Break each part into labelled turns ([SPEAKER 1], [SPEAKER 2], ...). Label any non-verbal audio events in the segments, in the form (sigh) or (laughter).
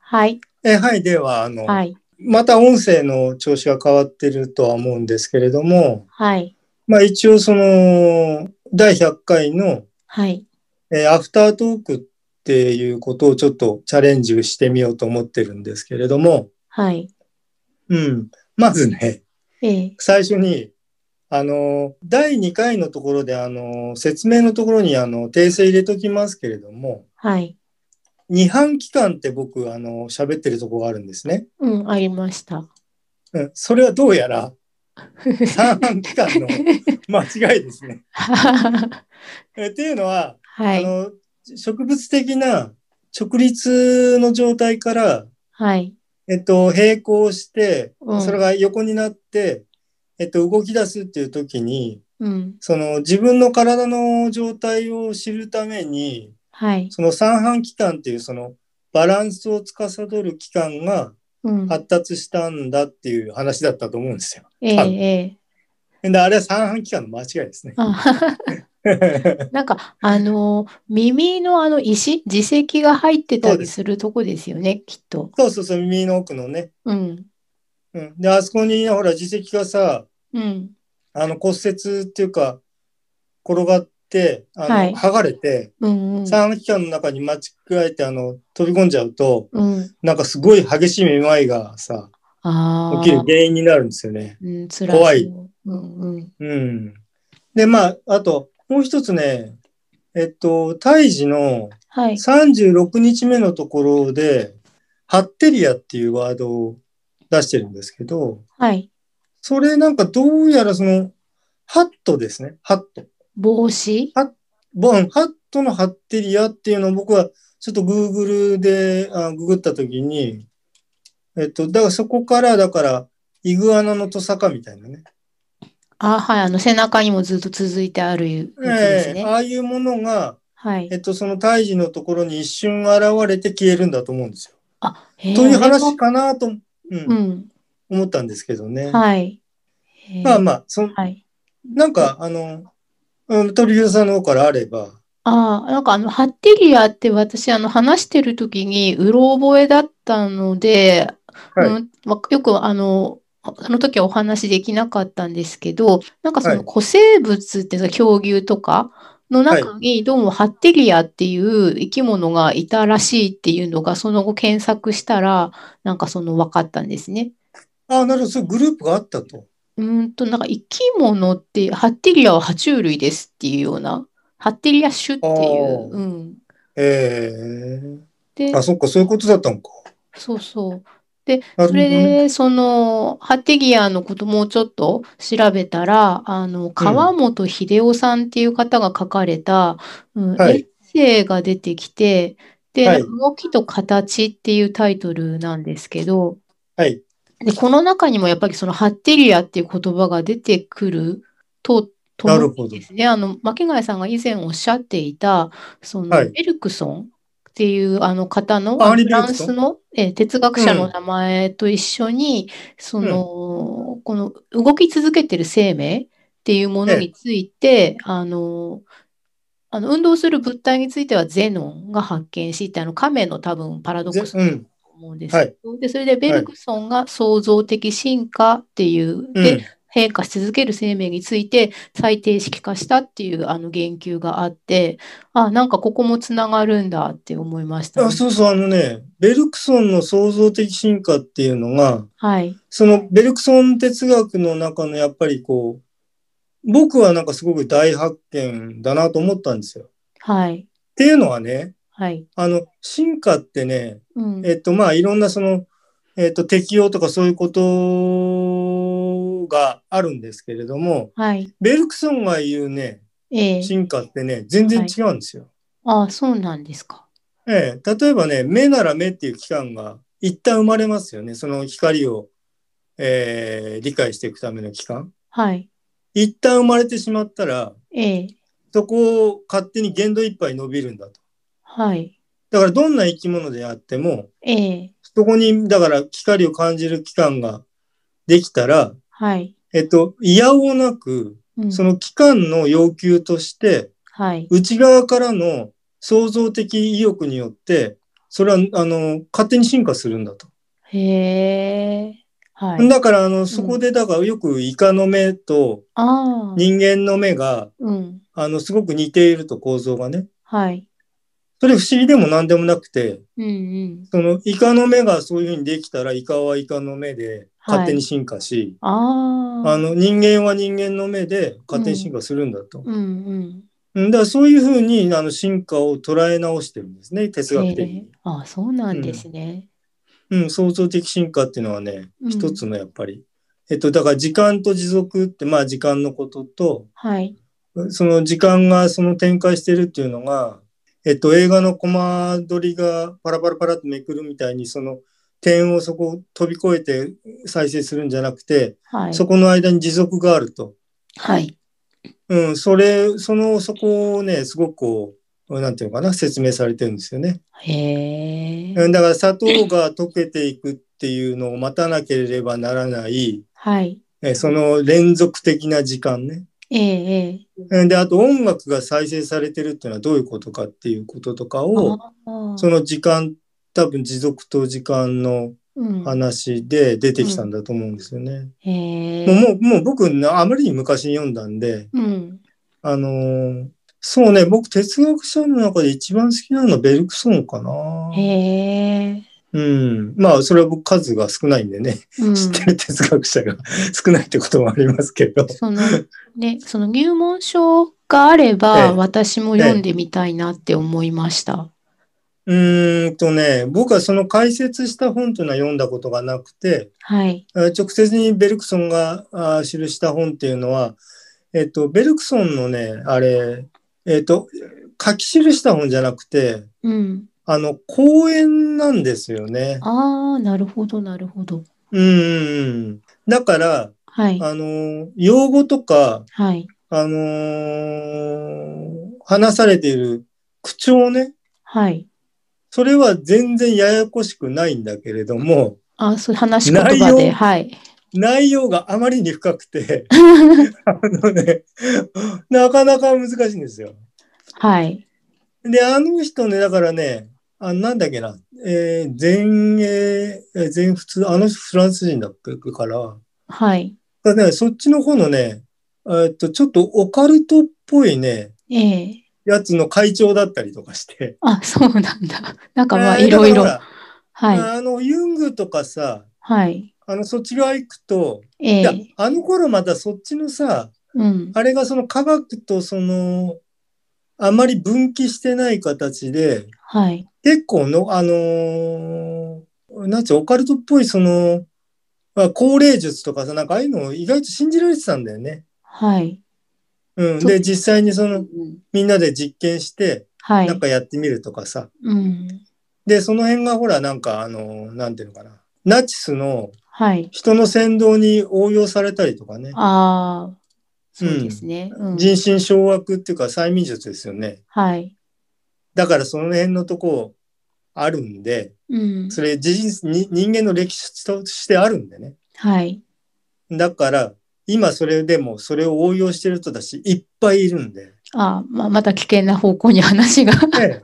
[SPEAKER 1] はい。
[SPEAKER 2] えはい、では、あの、
[SPEAKER 1] はい。
[SPEAKER 2] また音声の調子が変わってるとは思うんですけれども、
[SPEAKER 1] はい。
[SPEAKER 2] まあ一応その、第100回の、
[SPEAKER 1] はい。
[SPEAKER 2] えーアフタートークっていうことをちょっとチャレンジしてみようと思ってるんですけれども、
[SPEAKER 1] はい。
[SPEAKER 2] うん、まずね、
[SPEAKER 1] ええ。
[SPEAKER 2] 最初に、あの、第2回のところで、あの、説明のところに、あの、訂正入れときますけれども、
[SPEAKER 1] はい。
[SPEAKER 2] 二半期間って僕、あの、喋ってるとこがあるんですね。
[SPEAKER 1] うん、ありました。
[SPEAKER 2] うん、それはどうやら、三半期間
[SPEAKER 1] (laughs)
[SPEAKER 2] の間違いですね。 (laughs) えっていうのは、
[SPEAKER 1] は
[SPEAKER 2] あ
[SPEAKER 1] い。
[SPEAKER 2] の、植物的な直立の状態から、
[SPEAKER 1] はい。
[SPEAKER 2] えっと、並行して、
[SPEAKER 1] うん
[SPEAKER 2] それが横になって、えっと、動き出すっていう時に、
[SPEAKER 1] うん。
[SPEAKER 2] その自分の体の状態を知るために、
[SPEAKER 1] はい。
[SPEAKER 2] その三半規管っていうそのバランスを司る器官が
[SPEAKER 1] うん。
[SPEAKER 2] 発達したんだっていう話だったと思うんですよ。
[SPEAKER 1] ええ、ええ。
[SPEAKER 2] で、あれは三半規管の間違いです
[SPEAKER 1] (laughs)
[SPEAKER 2] ね。
[SPEAKER 1] あなんか、あの、耳のあの石、耳石が入ってた
[SPEAKER 2] そう
[SPEAKER 1] り
[SPEAKER 2] です
[SPEAKER 1] するとこですよね、きっと。
[SPEAKER 2] そうそうそう、耳の奥のね。
[SPEAKER 1] うん。
[SPEAKER 2] うん、で、あそこにほら、耳石がさ、
[SPEAKER 1] うん。
[SPEAKER 2] あの骨折っていうか、転がって、あの
[SPEAKER 1] はい
[SPEAKER 2] 剥がれて、
[SPEAKER 1] うんうん。
[SPEAKER 2] 三半規管の中に間違えてあの飛び込んじゃうと、
[SPEAKER 1] うん。
[SPEAKER 2] なんかすごい激しいめまいがさ、
[SPEAKER 1] ああ。
[SPEAKER 2] 起きる原因になるんですよね。
[SPEAKER 1] うん、辛
[SPEAKER 2] 怖い
[SPEAKER 1] そう。うんうん。
[SPEAKER 2] うん。で、まあ、あと、もう一つね、えっと、胎児の
[SPEAKER 1] はい。
[SPEAKER 2] 36日目のところで、ハッテリアっていうワードを出してるんですけど、
[SPEAKER 1] はい。
[SPEAKER 2] それなんかどうやらその、ハットですね。ハット。
[SPEAKER 1] 帽子
[SPEAKER 2] ボン、ハットのハッテリアっていうのを僕はちょっと Google であググったときに、えっと、だからそこから、だから、イグアナのトサカみたいなね。
[SPEAKER 1] あ、はい。あの、背中にもずっと続いてあるやつです
[SPEAKER 2] ええ
[SPEAKER 1] ね。
[SPEAKER 2] ああいうものが、
[SPEAKER 1] はい
[SPEAKER 2] え。っと、その胎児のところに一瞬現れて消えるんだと思うんですよ。
[SPEAKER 1] あ、へえ
[SPEAKER 2] という
[SPEAKER 1] あれ
[SPEAKER 2] 話
[SPEAKER 1] も
[SPEAKER 2] かなと、うん
[SPEAKER 1] うん。
[SPEAKER 2] 思ったんですけどね。
[SPEAKER 1] はい。へえ
[SPEAKER 2] まあまあ、そん
[SPEAKER 1] はい。
[SPEAKER 2] なんか、あの、うん鳥居さんの方からあれば、
[SPEAKER 1] ああ、なんかあの、ハッテリアって私、あの、話してる時に、うろ覚えだったので、
[SPEAKER 2] はい
[SPEAKER 1] うんまよくあの、その時はお話できなかったんですけど、なんかそ
[SPEAKER 2] は
[SPEAKER 1] の
[SPEAKER 2] い
[SPEAKER 1] 古生物っていうか、恐竜とかの中に、どうもハッテリアっていう生き物がいたらしいっていうのが、その後検索したら、なんかその分かったんですね。
[SPEAKER 2] ああ、なるほど、そういうグループがあったと。
[SPEAKER 1] うーんと、なんか生き物って、ハッテリアは爬虫類ですっていうような、ハッテリア種っていう、
[SPEAKER 2] あ
[SPEAKER 1] うん。
[SPEAKER 2] ええ
[SPEAKER 1] で、
[SPEAKER 2] あ、そっか、そういうことだったのか。
[SPEAKER 1] そうそう。
[SPEAKER 2] なるほどね
[SPEAKER 1] それで、その、ハテギアのこともうちょっと調べたら、あの、川本秀夫さんっていう方が書かれた、うん、
[SPEAKER 2] は
[SPEAKER 1] エ
[SPEAKER 2] い
[SPEAKER 1] ッセイが出てきて、で、
[SPEAKER 2] はい
[SPEAKER 1] 動きと形っていうタイトルなんですけど、
[SPEAKER 2] はい。
[SPEAKER 1] で、この中にもやっぱりそのハッテリアっていう言葉が出てくると、と
[SPEAKER 2] な
[SPEAKER 1] も
[SPEAKER 2] る
[SPEAKER 1] に
[SPEAKER 2] ほど
[SPEAKER 1] ですね、あの、巻貝さんが以前おっしゃっていた、その、
[SPEAKER 2] はい
[SPEAKER 1] ベルクソンっていうあの方の、
[SPEAKER 2] アー
[SPEAKER 1] フ
[SPEAKER 2] リーベル
[SPEAKER 1] ラ
[SPEAKER 2] ク
[SPEAKER 1] ン
[SPEAKER 2] ソン
[SPEAKER 1] スの、えー哲学者
[SPEAKER 2] う
[SPEAKER 1] の
[SPEAKER 2] ん
[SPEAKER 1] 名前と一緒に、その、この動き続けてる生命っていうものについて、あの、あの運動する物体についてはゼノンが発見しって、あの亀の多分パラドックス
[SPEAKER 2] ぜうん。
[SPEAKER 1] 思うんですけど、でそれでベ
[SPEAKER 2] はい
[SPEAKER 1] ルクソンが創造的進化っていう、
[SPEAKER 2] う
[SPEAKER 1] で
[SPEAKER 2] ん。
[SPEAKER 1] 変化し続ける生命について再定式化したっていうあの言及があってあなんかここもつながるんだって思いましたね、
[SPEAKER 2] あそうそう、あのね、ベルクソンの創造的進化っていうのが、
[SPEAKER 1] はい
[SPEAKER 2] そのベルクソン哲学の中のやっぱりこう、僕はなんかすごく大発見だなと思ったんですよ。っ
[SPEAKER 1] はい
[SPEAKER 2] ていうのはね、
[SPEAKER 1] はい、
[SPEAKER 2] あの、進化ってね、
[SPEAKER 1] うん、
[SPEAKER 2] えっと、まあ、いろんなその、えっと、適応とかそういうことがあるんですけれども、
[SPEAKER 1] はい
[SPEAKER 2] ベルクソンが言うね、
[SPEAKER 1] ええ
[SPEAKER 2] 進化ってね、全然違うんですよ。
[SPEAKER 1] あそうなんですか
[SPEAKER 2] ええ、例えばね、目なら目っていう器官が一旦生まれますよね。その光を、えー理解していくための器官。
[SPEAKER 1] はい
[SPEAKER 2] 一旦生まれてしまったら、
[SPEAKER 1] ええ
[SPEAKER 2] そこを勝手に限度いっぱい伸びるんだと。
[SPEAKER 1] はい
[SPEAKER 2] だからどんな生き物であっても、
[SPEAKER 1] ええ
[SPEAKER 2] そこに、だから光を感じる器官ができたら、
[SPEAKER 1] はい、
[SPEAKER 2] えっと、いやおなく、
[SPEAKER 1] うん、
[SPEAKER 2] その器官の要求として、
[SPEAKER 1] はい
[SPEAKER 2] 内側からの創造的意欲によって、それは、あの、勝手に進化するんだと。
[SPEAKER 1] へえ。はい。
[SPEAKER 2] だから、あの、そこで、だからよくイカの目と
[SPEAKER 1] ああ。
[SPEAKER 2] 人間の目が、
[SPEAKER 1] うん。
[SPEAKER 2] あの、すごく似ていると構造がね。
[SPEAKER 1] はい。
[SPEAKER 2] それ不思議でも何でもなくて、
[SPEAKER 1] うんうん。
[SPEAKER 2] その、イカの目がそういうふうにできたら、イカはイカの目で
[SPEAKER 1] はい
[SPEAKER 2] 勝手に進化し、
[SPEAKER 1] ああ。
[SPEAKER 2] あの、人間は人間の目で勝手に進化するんだと。
[SPEAKER 1] うんうん。
[SPEAKER 2] うん、だからそういうふうに、あの、進化を捉え直してるんですね、哲学的
[SPEAKER 1] へ
[SPEAKER 2] に
[SPEAKER 1] え。ああ、そうなんですね。
[SPEAKER 2] うん、創造的進化っていうのはね、
[SPEAKER 1] うん
[SPEAKER 2] 一つのやっぱり。えっと、だから時間と持続って、まあ時間のことと、
[SPEAKER 1] はい。
[SPEAKER 2] その時間がその展開してるっていうのが、えっと、映画のコマ撮りがパラパラパラってめくるみたいに、その点をそこを飛び越えて再生するんじゃなくて、
[SPEAKER 1] はい。
[SPEAKER 2] そこの間に持続があると。
[SPEAKER 1] はい。
[SPEAKER 2] うん、それ、その、そこをね、すごくこう、なんていうのかな、説明されてるんですよね。
[SPEAKER 1] へえ。
[SPEAKER 2] うんだから砂糖が溶けていくっていうのを待たなければならない、
[SPEAKER 1] はい。
[SPEAKER 2] えーその連続的な時間ね。
[SPEAKER 1] ええええ。
[SPEAKER 2] うんで、あと音楽が再生されてるっていうのはどういうことかっていうこととかを、
[SPEAKER 1] ああ。
[SPEAKER 2] その時間、多分持続と時間の
[SPEAKER 1] うん。
[SPEAKER 2] 話で出てきたんだと思うんですよね。
[SPEAKER 1] へ
[SPEAKER 2] もう
[SPEAKER 1] え。
[SPEAKER 2] もうもう僕な、あまりに昔に読んだんで、
[SPEAKER 1] うん。
[SPEAKER 2] あのーそうね、僕哲学書の中で一番好きなのはベルクソンかな。
[SPEAKER 1] へえ。
[SPEAKER 2] うん。まあ、それは僕数が少ないんでね、
[SPEAKER 1] うん。
[SPEAKER 2] 知ってる哲学者が (laughs) 少ないってこともありますけど。
[SPEAKER 1] その、ね、その入門書があれば、
[SPEAKER 2] ええ
[SPEAKER 1] 私も読んでみたいなって思いました。
[SPEAKER 2] うーんとね、僕はその解説した本というのは読んだことがなくて、
[SPEAKER 1] はい。
[SPEAKER 2] あ直接にベルクソンがあ記した本っていうのは、えっと、ベルクソンのね、あれ、えっと、書き記した本じゃなくて、
[SPEAKER 1] うん。
[SPEAKER 2] あの、講演なんですよね。
[SPEAKER 1] ああ、なるほど、なるほど。
[SPEAKER 2] うんうんうん。だから、
[SPEAKER 1] はい。
[SPEAKER 2] あの、用語とか、
[SPEAKER 1] はい。
[SPEAKER 2] あのー話されている口調ね、
[SPEAKER 1] はい。
[SPEAKER 2] それは全然ややこしくないんだけれども、
[SPEAKER 1] あ、そう、話し言葉
[SPEAKER 2] 内
[SPEAKER 1] で、
[SPEAKER 2] 容 (laughs)
[SPEAKER 1] はい。
[SPEAKER 2] 内容があまりに深くて、あのね、 (laughs) なかなか難しいんですよ。
[SPEAKER 1] はい。
[SPEAKER 2] で、あの人ね、だからね、あなんだっけな、えー全英、えー全仏、あの人フランス人だっけから、
[SPEAKER 1] はい。
[SPEAKER 2] だからね、そっちの方のね、えーっと、ちょっとオカルトっぽいね、
[SPEAKER 1] ええ。
[SPEAKER 2] やつの会長だったりとかして。
[SPEAKER 1] あ、そうなんだ。なんかまあ、
[SPEAKER 2] えー
[SPEAKER 1] いろいろ。
[SPEAKER 2] だからほ
[SPEAKER 1] はい。
[SPEAKER 2] らあの、ユングとかさ、
[SPEAKER 1] はい。
[SPEAKER 2] あの、そっち側行くと、
[SPEAKER 1] え
[SPEAKER 2] いや
[SPEAKER 1] え。、
[SPEAKER 2] あの頃またそっちのさ、
[SPEAKER 1] うん。
[SPEAKER 2] あれがその科学とその、あまり分岐してない形で、
[SPEAKER 1] はい。
[SPEAKER 2] 結構の、あのーなんつう、オカルトっぽいその、まあ、高齢術とかさ、なんかああいうのを意外と信じられてたんだよね。
[SPEAKER 1] はい。
[SPEAKER 2] うん。
[SPEAKER 1] そう
[SPEAKER 2] で、実際にそうの、
[SPEAKER 1] ん
[SPEAKER 2] みんなで実験して、
[SPEAKER 1] は
[SPEAKER 2] なん
[SPEAKER 1] い。
[SPEAKER 2] かやってみるとかさ。
[SPEAKER 1] うん。
[SPEAKER 2] で、その辺がほら、なんかあのーなんていうのかな。ナチスの
[SPEAKER 1] はい。
[SPEAKER 2] 人の扇動に応用されたりとかね。
[SPEAKER 1] ああ、そうですね。うん。
[SPEAKER 2] 人心掌握っていうか催眠術ですよね。
[SPEAKER 1] はい。
[SPEAKER 2] だからその辺のとこあるんで、
[SPEAKER 1] うん。
[SPEAKER 2] それ事実に人間の歴史としてあるんでね。
[SPEAKER 1] はい。
[SPEAKER 2] だから今それでもそれを応用してる人たちいっぱいいる
[SPEAKER 1] (laughs)
[SPEAKER 2] んで。
[SPEAKER 1] あー、まあ、また危険な方向に話が。
[SPEAKER 2] ね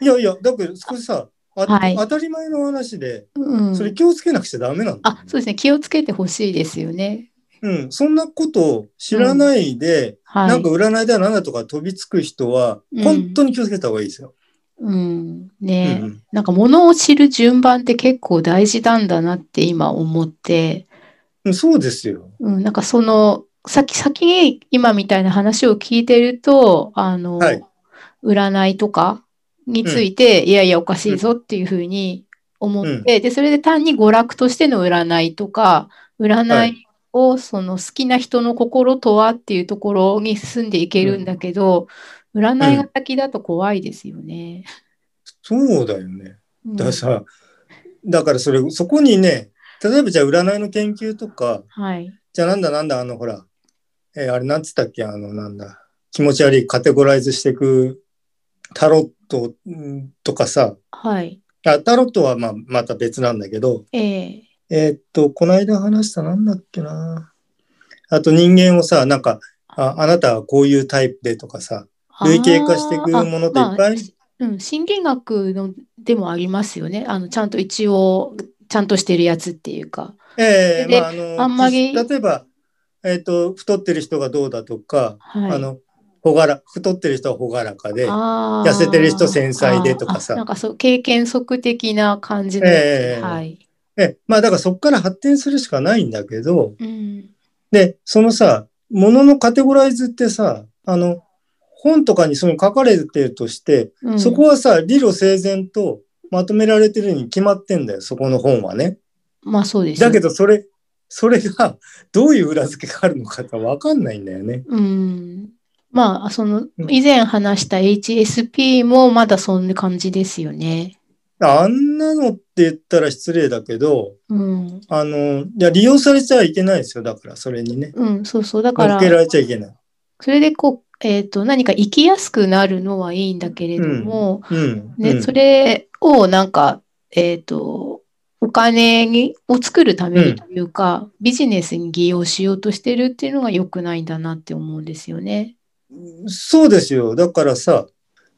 [SPEAKER 2] いやいや、だけど少しさ、あ
[SPEAKER 1] はい
[SPEAKER 2] 当たり前の話で、
[SPEAKER 1] うん。
[SPEAKER 2] それ気をつけなくちゃダメなんだ、
[SPEAKER 1] あ、そうですね。気をつけてほしいですよね。
[SPEAKER 2] うん、そんなことを知らないで、
[SPEAKER 1] はい。
[SPEAKER 2] なんか占いだなんだとか飛びつく人は、
[SPEAKER 1] うん
[SPEAKER 2] 本当に気をつけた方がいいですよ。
[SPEAKER 1] うん。
[SPEAKER 2] う
[SPEAKER 1] ね、
[SPEAKER 2] ん
[SPEAKER 1] なんか物を知る順番って結構大事なんだなって今思って、
[SPEAKER 2] うん、そうですよ。
[SPEAKER 1] うん、なんかその、先、先に今みたいな話を聞いてると、あの、
[SPEAKER 2] はい
[SPEAKER 1] 占いとかについて、いやいやおかしいぞっていうふうに思って、で、それで単に娯楽としての占いとか、
[SPEAKER 2] は
[SPEAKER 1] 占
[SPEAKER 2] い
[SPEAKER 1] いをその好きな人の心とはっていうところに進んでいけるんだけど、占いが先だと怖いですよね。
[SPEAKER 2] そうだよね。
[SPEAKER 1] うん
[SPEAKER 2] だからさ、だからそれ、そこにね、例えばじゃあ占いの研究とか、
[SPEAKER 1] はい。
[SPEAKER 2] じゃあなんだなんだ、あのほら、えーあれなんつったっけ、あのなんだ、気持ち悪いカテゴライズしていくタロットんとかさ、
[SPEAKER 1] はい。
[SPEAKER 2] あタロットはまあまた別なんだけど、
[SPEAKER 1] ええ
[SPEAKER 2] えーっと、この間話したなんだっけな。あと人間をさ、なんか、ああなたはこういうタイプでとかさ、類型化していくものっていっぱい
[SPEAKER 1] あまあうん、心理学のでもありますよね。あの、ちゃんと一応、ちゃんとしてるやつっていうか。
[SPEAKER 2] ええ
[SPEAKER 1] で
[SPEAKER 2] まあ、あの、
[SPEAKER 1] あんまり
[SPEAKER 2] 例えば、えっ、と、太ってる人がどうだとか、
[SPEAKER 1] はい
[SPEAKER 2] あの、ほがら、太ってる人はほがらかで、
[SPEAKER 1] あ
[SPEAKER 2] 痩せてる人
[SPEAKER 1] ー
[SPEAKER 2] 繊細でとか
[SPEAKER 1] あー
[SPEAKER 2] さ
[SPEAKER 1] あなんかそう、経験則的な感じの
[SPEAKER 2] ええ
[SPEAKER 1] はい。
[SPEAKER 2] ええまあ、だからそこから発展するしかないんだけど、
[SPEAKER 1] うん。
[SPEAKER 2] で、そのさ、もののカテゴライズってさ、あの、本とかにその書かれてるとして、
[SPEAKER 1] うん
[SPEAKER 2] そこはさ、理路整然とまとめられてるに決まってんだよ、そこの本はね。
[SPEAKER 1] まあそうです
[SPEAKER 2] だけ
[SPEAKER 1] ど、
[SPEAKER 2] ど、それ、それが、どういう裏付けがあるのかってわかんないんだよね。
[SPEAKER 1] うん。まあ、その、
[SPEAKER 2] うん
[SPEAKER 1] 以前話した HSP もまだそんな感じですよね。
[SPEAKER 2] あんなのって言ったら失礼だけど、
[SPEAKER 1] うん。
[SPEAKER 2] あの、いや、利用されちゃいけないですよ、だから、それにね。
[SPEAKER 1] うん、そうそう。だか
[SPEAKER 2] 乗
[SPEAKER 1] ら
[SPEAKER 2] っ、けられちゃいけない。
[SPEAKER 1] それでこう、えっと、何か生きやすくなるのはいいんだけれども、
[SPEAKER 2] うん。う
[SPEAKER 1] ね、
[SPEAKER 2] ん
[SPEAKER 1] それをなんか、えっと、お金にを作るため
[SPEAKER 2] う
[SPEAKER 1] に
[SPEAKER 2] ん
[SPEAKER 1] というか、ビジネスに利用しようとしてるっていうのが良くないんだなって思うんですよね。
[SPEAKER 2] そうですよ。だからさ、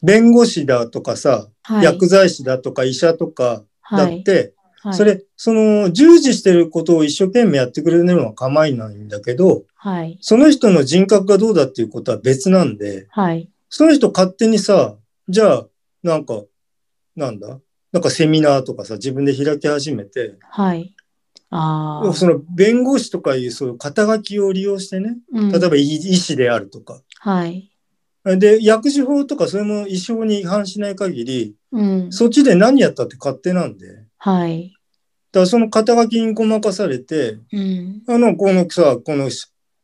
[SPEAKER 2] 弁護士だとかさ、
[SPEAKER 1] はい。
[SPEAKER 2] 薬剤師だとか医者とかだ
[SPEAKER 1] は
[SPEAKER 2] っ
[SPEAKER 1] い。
[SPEAKER 2] て、
[SPEAKER 1] はい。
[SPEAKER 2] それ、その、従事してることを一生懸命やってくれるのは構いないんだけど、
[SPEAKER 1] はい。
[SPEAKER 2] その人の人格がどうだっていうことは別なんで、
[SPEAKER 1] はい。
[SPEAKER 2] その人勝手にさ、じゃあ、なんか、なんだなんかセミナーとかさ、自分で開き始めて、
[SPEAKER 1] はい。ああ。
[SPEAKER 2] その弁護士とかいうそういう肩書きを利用してね、
[SPEAKER 1] うん
[SPEAKER 2] 例えば医医師であるとか。
[SPEAKER 1] はい。
[SPEAKER 2] で、薬事法とかそれも医生に違反しない限り、
[SPEAKER 1] うん。
[SPEAKER 2] そっちで何やったって勝手なんで。だ
[SPEAKER 1] はい。
[SPEAKER 2] からその肩書きにごまかされて、 (laughs)
[SPEAKER 1] うん。
[SPEAKER 2] あの、このさ、この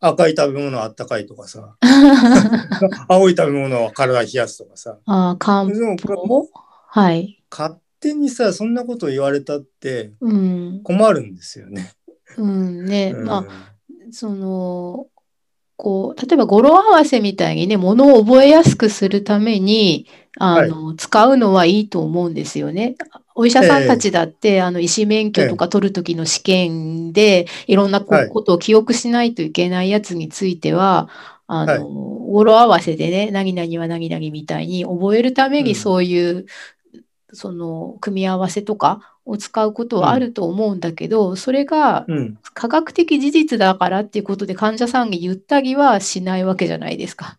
[SPEAKER 2] 赤い食べ物はあったかいと
[SPEAKER 1] (laughs)
[SPEAKER 2] かさ、青い食べ物は体冷やすとかさ。
[SPEAKER 1] ああ、漢
[SPEAKER 2] でも
[SPEAKER 1] 方はい。
[SPEAKER 2] 勝手にさ、そんなこと言われたって
[SPEAKER 1] うん。
[SPEAKER 2] 困るんですよね。
[SPEAKER 1] うんね。
[SPEAKER 2] うん
[SPEAKER 1] まあ、その、こう、例えば語呂合わせみたいにね、ものを覚えやすくするために、あの、使うのはいいと思うんですよね。お医者さんたちだって、あの、医師免許とか取る時の試験で、いろんなこ
[SPEAKER 2] はい
[SPEAKER 1] ことを記憶しないといけないやつについては、あ
[SPEAKER 2] はい
[SPEAKER 1] の、語呂合わせでね、何々は何々みたいに覚えるため
[SPEAKER 2] うん
[SPEAKER 1] にそういう、その、組み合わせとかを使うことはあると思うんだけど、それが、
[SPEAKER 2] うん。
[SPEAKER 1] 科学的事実だからっていうことで患者さんに言ったりはしないわけじゃないですか。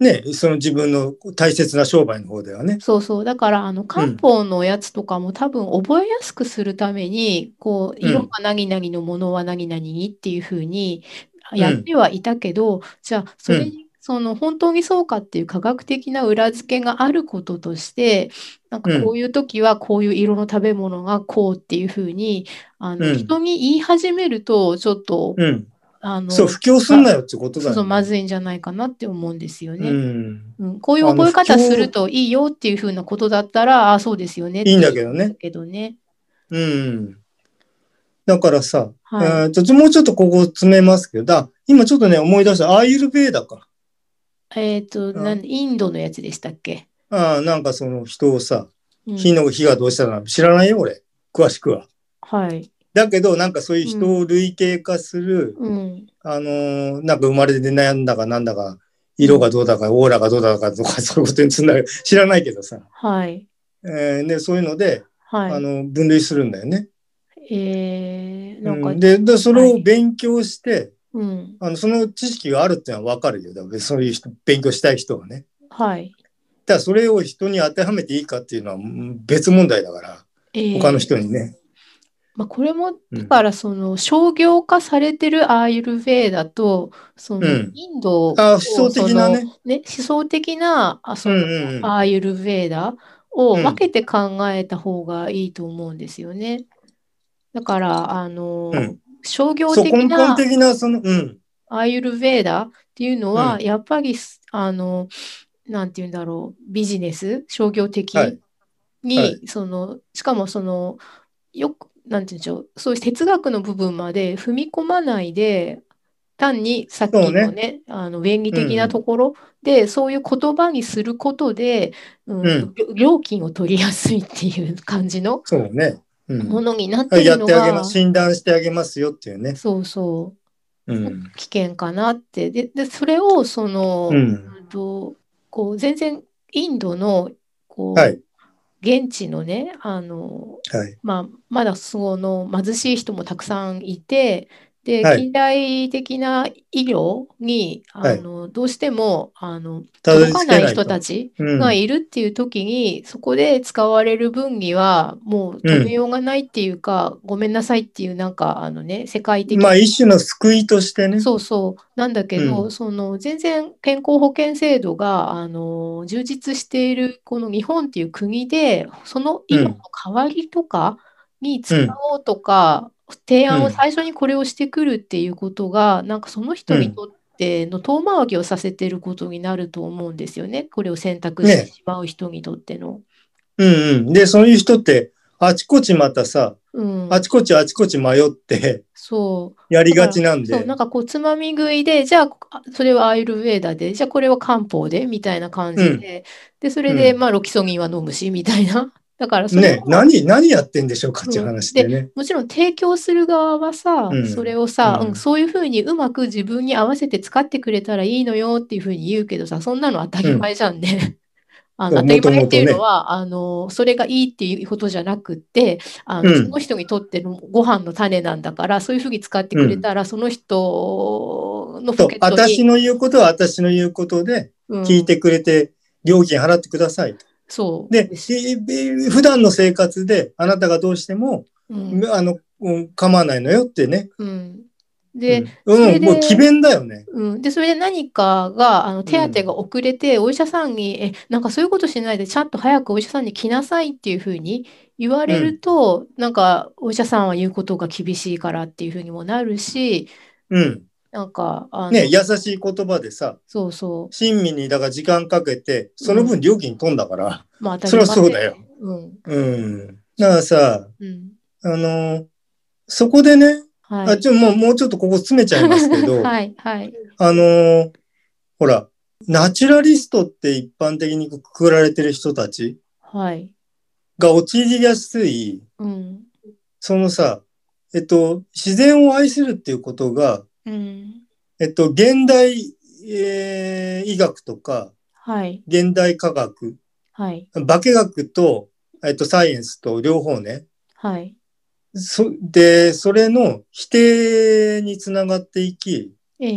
[SPEAKER 2] ね、その自分の大切な商売の方ではね。
[SPEAKER 1] そうそう。だから、あの、漢方のやつとかも多分覚えやすくするために、こう、
[SPEAKER 2] うん
[SPEAKER 1] 色が何々のものは何々にっていうふうにやってはいたけど、じゃあ、それに、その、本当にそうかっていう科学的な裏付けがあることとして、なんか
[SPEAKER 2] うん
[SPEAKER 1] こういう時はこういう色の食べ物がこうっていうふうに、あの、
[SPEAKER 2] うん
[SPEAKER 1] 人に言い始めると、ちょっと、
[SPEAKER 2] うん。
[SPEAKER 1] あの、
[SPEAKER 2] そう、布教すんなよってことだ
[SPEAKER 1] そう
[SPEAKER 2] よね。
[SPEAKER 1] そう、まずいんじゃないかなって思うんですよ
[SPEAKER 2] う
[SPEAKER 1] ね。
[SPEAKER 2] ん。
[SPEAKER 1] うん、こういう
[SPEAKER 2] あの
[SPEAKER 1] 覚え方
[SPEAKER 2] 不調
[SPEAKER 1] するといいよっていうふうなことだったら、ああ、そうですよねって
[SPEAKER 2] いいんだけど
[SPEAKER 1] 言う
[SPEAKER 2] ね。
[SPEAKER 1] けどね。
[SPEAKER 2] うん。だからさ、
[SPEAKER 1] はい
[SPEAKER 2] えーともうちょっとここ詰めますけど、だ今ちょっとね、思い出した。アーユルベーダか。
[SPEAKER 1] えっ、と、
[SPEAKER 2] うん
[SPEAKER 1] なん、インドのやつでしたっけ、
[SPEAKER 2] ああ、なんかその人をさ、
[SPEAKER 1] うん、
[SPEAKER 2] 火の火がどうしたのか知らないよ、俺。詳しくは。
[SPEAKER 1] はい。
[SPEAKER 2] だけど、なんかそういう人を類型化する、
[SPEAKER 1] うん。
[SPEAKER 2] あのーなんか生まれて悩んだかなんだか、色がどうだか、オーラがどうだかとか、 (laughs) そういうことにつながる。知らないけどさ。
[SPEAKER 1] はい。
[SPEAKER 2] えーで、そういうので、
[SPEAKER 1] はい。
[SPEAKER 2] あの、分類するんだよね。
[SPEAKER 1] えー、
[SPEAKER 2] う
[SPEAKER 1] なんか、
[SPEAKER 2] ん、でで、それを勉強して、
[SPEAKER 1] うん。
[SPEAKER 2] あの、その知識があるってのはわかるよ。だからそういう人、勉強したい人はね。
[SPEAKER 1] はい。
[SPEAKER 2] ただそれを人に当てはめていいかっていうのはうん別問題だから、
[SPEAKER 1] えー
[SPEAKER 2] 他の人にね。
[SPEAKER 1] まあ、これも、
[SPEAKER 2] うん
[SPEAKER 1] だから、その、商業化されてるアーユルヴェーダと、その、
[SPEAKER 2] うん
[SPEAKER 1] インドを、
[SPEAKER 2] あ思想的なね
[SPEAKER 1] その。ね、思想的な、あ、
[SPEAKER 2] う
[SPEAKER 1] そ
[SPEAKER 2] ん
[SPEAKER 1] の、
[SPEAKER 2] うんうん。
[SPEAKER 1] アーユルヴェーダを
[SPEAKER 2] うん
[SPEAKER 1] 分けて考えた方がいいと思うんですよね。だから、あの、
[SPEAKER 2] うん
[SPEAKER 1] 商業
[SPEAKER 2] そう、
[SPEAKER 1] 的
[SPEAKER 2] 根本
[SPEAKER 1] な
[SPEAKER 2] 的な、その、うん。
[SPEAKER 1] アーユルヴェーダっていうのは、
[SPEAKER 2] う
[SPEAKER 1] やっぱりす、あの、なんて言うんだろう、ビジネス、商業的
[SPEAKER 2] はい
[SPEAKER 1] に、
[SPEAKER 2] はい
[SPEAKER 1] その、しかもその、よく、なんて言うんでしょう、そういう哲学の部分まで踏み込まないで、単にさっき
[SPEAKER 2] そうね
[SPEAKER 1] のね、あの、便宜的なところで、そういう言葉にすることで、うん
[SPEAKER 2] うん
[SPEAKER 1] りょ料金を取りやすいっていう感じの
[SPEAKER 2] そうね。う
[SPEAKER 1] も
[SPEAKER 2] ん。
[SPEAKER 1] のになって
[SPEAKER 2] や
[SPEAKER 1] る
[SPEAKER 2] っ
[SPEAKER 1] の
[SPEAKER 2] てあげ
[SPEAKER 1] が、
[SPEAKER 2] ます。診断してあげますよっていうね。
[SPEAKER 1] そうそう。
[SPEAKER 2] うん。
[SPEAKER 1] 危険かなって。で、で、それを、その、
[SPEAKER 2] うん。
[SPEAKER 1] うんと、こう、全然、インドの、こう、
[SPEAKER 2] はい
[SPEAKER 1] 現地のね、あの、
[SPEAKER 2] はい
[SPEAKER 1] まあ、まだその貧しい人もたくさんいて、で、
[SPEAKER 2] はい
[SPEAKER 1] 近代的な医療に、
[SPEAKER 2] は
[SPEAKER 1] あ
[SPEAKER 2] い
[SPEAKER 1] の、どうしても、あの、
[SPEAKER 2] たど
[SPEAKER 1] 届
[SPEAKER 2] り着
[SPEAKER 1] か
[SPEAKER 2] け
[SPEAKER 1] ない
[SPEAKER 2] ない
[SPEAKER 1] 人
[SPEAKER 2] と。
[SPEAKER 1] たち
[SPEAKER 2] うん、
[SPEAKER 1] がいるっていう時に、そこで使われる分には、もう止めようがないっていうか、ごめんなさいっていう、なんか、あのね、世界的
[SPEAKER 2] まあ一種の救いとしてね。
[SPEAKER 1] そうそう。なんだけど、
[SPEAKER 2] うん
[SPEAKER 1] その全然健康保険制度が、あの、充実しているこの日本っていう国で、その医療の代わりとかに使おうとか、提案
[SPEAKER 2] う
[SPEAKER 1] を
[SPEAKER 2] ん
[SPEAKER 1] 最初にこれをしてくるっていうことが、なんかその人にとっての遠回りをさせてることになると思うんですよね。これを選択して
[SPEAKER 2] ね
[SPEAKER 1] しまう人にとっての。
[SPEAKER 2] うんうん。で、そういう人って、あちこちまたさ、
[SPEAKER 1] うん。
[SPEAKER 2] あちこちあちこち迷って、
[SPEAKER 1] そう。
[SPEAKER 2] やりがちなん
[SPEAKER 1] そう、
[SPEAKER 2] で
[SPEAKER 1] な。んかこう、つまみ食いで、じゃあ、あそれはアイルベーダで、じゃあこれは漢方で、みたいな感じで、で、それで、
[SPEAKER 2] うん
[SPEAKER 1] まあ、ロキソニンは飲むし、みたいな。だから、それ
[SPEAKER 2] ね、
[SPEAKER 1] を、
[SPEAKER 2] 何、何やってんでしょうかっていう話でね。
[SPEAKER 1] もちろん提供する側はさ、
[SPEAKER 2] うん
[SPEAKER 1] それをさ、
[SPEAKER 2] うん
[SPEAKER 1] うんそういうふうにうまく自分に合わせて使ってくれたらいいのよっていうふうに言うけどさ、そんなの当たり前じゃんね。 (laughs) あの
[SPEAKER 2] そ
[SPEAKER 1] 当
[SPEAKER 2] う
[SPEAKER 1] たり前っていう
[SPEAKER 2] もともとね
[SPEAKER 1] のは、あの、それがいいっていうことじゃなくって、あ
[SPEAKER 2] う
[SPEAKER 1] の、
[SPEAKER 2] ん
[SPEAKER 1] その人にとってのご飯の種なんだから、そういうふうに使ってくれたら、その人の
[SPEAKER 2] と
[SPEAKER 1] ポケ、ット
[SPEAKER 2] 私
[SPEAKER 1] に、
[SPEAKER 2] の言うことは私の言うことで、
[SPEAKER 1] うん
[SPEAKER 2] 聞いてくれて、料金払ってくださいと。
[SPEAKER 1] そう
[SPEAKER 2] で、
[SPEAKER 1] す
[SPEAKER 2] し普段の生活で、あなたがどうしても、
[SPEAKER 1] うん
[SPEAKER 2] あの、うん構わないのよってね。
[SPEAKER 1] うんで、
[SPEAKER 2] うん、
[SPEAKER 1] そ
[SPEAKER 2] うん
[SPEAKER 1] れで
[SPEAKER 2] もう詭弁だよね。
[SPEAKER 1] うん、で、それで何かが、あの、手当てが遅れて、お医者さんに、え、なんかそういうことしないで、ちゃんと早くお医者さんに来なさいっていうふうに言われると、なんか、お医者さんは言うことが厳しいからっていうふうにもなるし、
[SPEAKER 2] うん。
[SPEAKER 1] なんか、あの、
[SPEAKER 2] ね、優しい言葉でさ、
[SPEAKER 1] そうそ
[SPEAKER 2] 親身に、だから時間かけて、その分料金飛んだから。
[SPEAKER 1] う、まあ、当
[SPEAKER 2] そ
[SPEAKER 1] たり
[SPEAKER 2] り
[SPEAKER 1] 前
[SPEAKER 2] ゃそうだよ。
[SPEAKER 1] うん、
[SPEAKER 2] うん。だからさ、
[SPEAKER 1] うん、
[SPEAKER 2] あの、そこでね、
[SPEAKER 1] は
[SPEAKER 2] あ、
[SPEAKER 1] い。
[SPEAKER 2] ちょ、もう、もうちょっとここ詰めちゃいますけ
[SPEAKER 1] (laughs)
[SPEAKER 2] ど、
[SPEAKER 1] はい、はい、
[SPEAKER 2] あのーほら、ナチュラリストって一般的にくくられてる人たち
[SPEAKER 1] はい、
[SPEAKER 2] が陥りやすい、
[SPEAKER 1] うん、
[SPEAKER 2] そのさ、えっと、自然を愛するっていうことが、
[SPEAKER 1] うん、
[SPEAKER 2] えっと、現代、えー医学とか、
[SPEAKER 1] はい、
[SPEAKER 2] 現代科学、
[SPEAKER 1] はい、
[SPEAKER 2] 化学と、えっと、サイエンスと両方ね。
[SPEAKER 1] はい、
[SPEAKER 2] そ、で、それの否定につながっていき、
[SPEAKER 1] え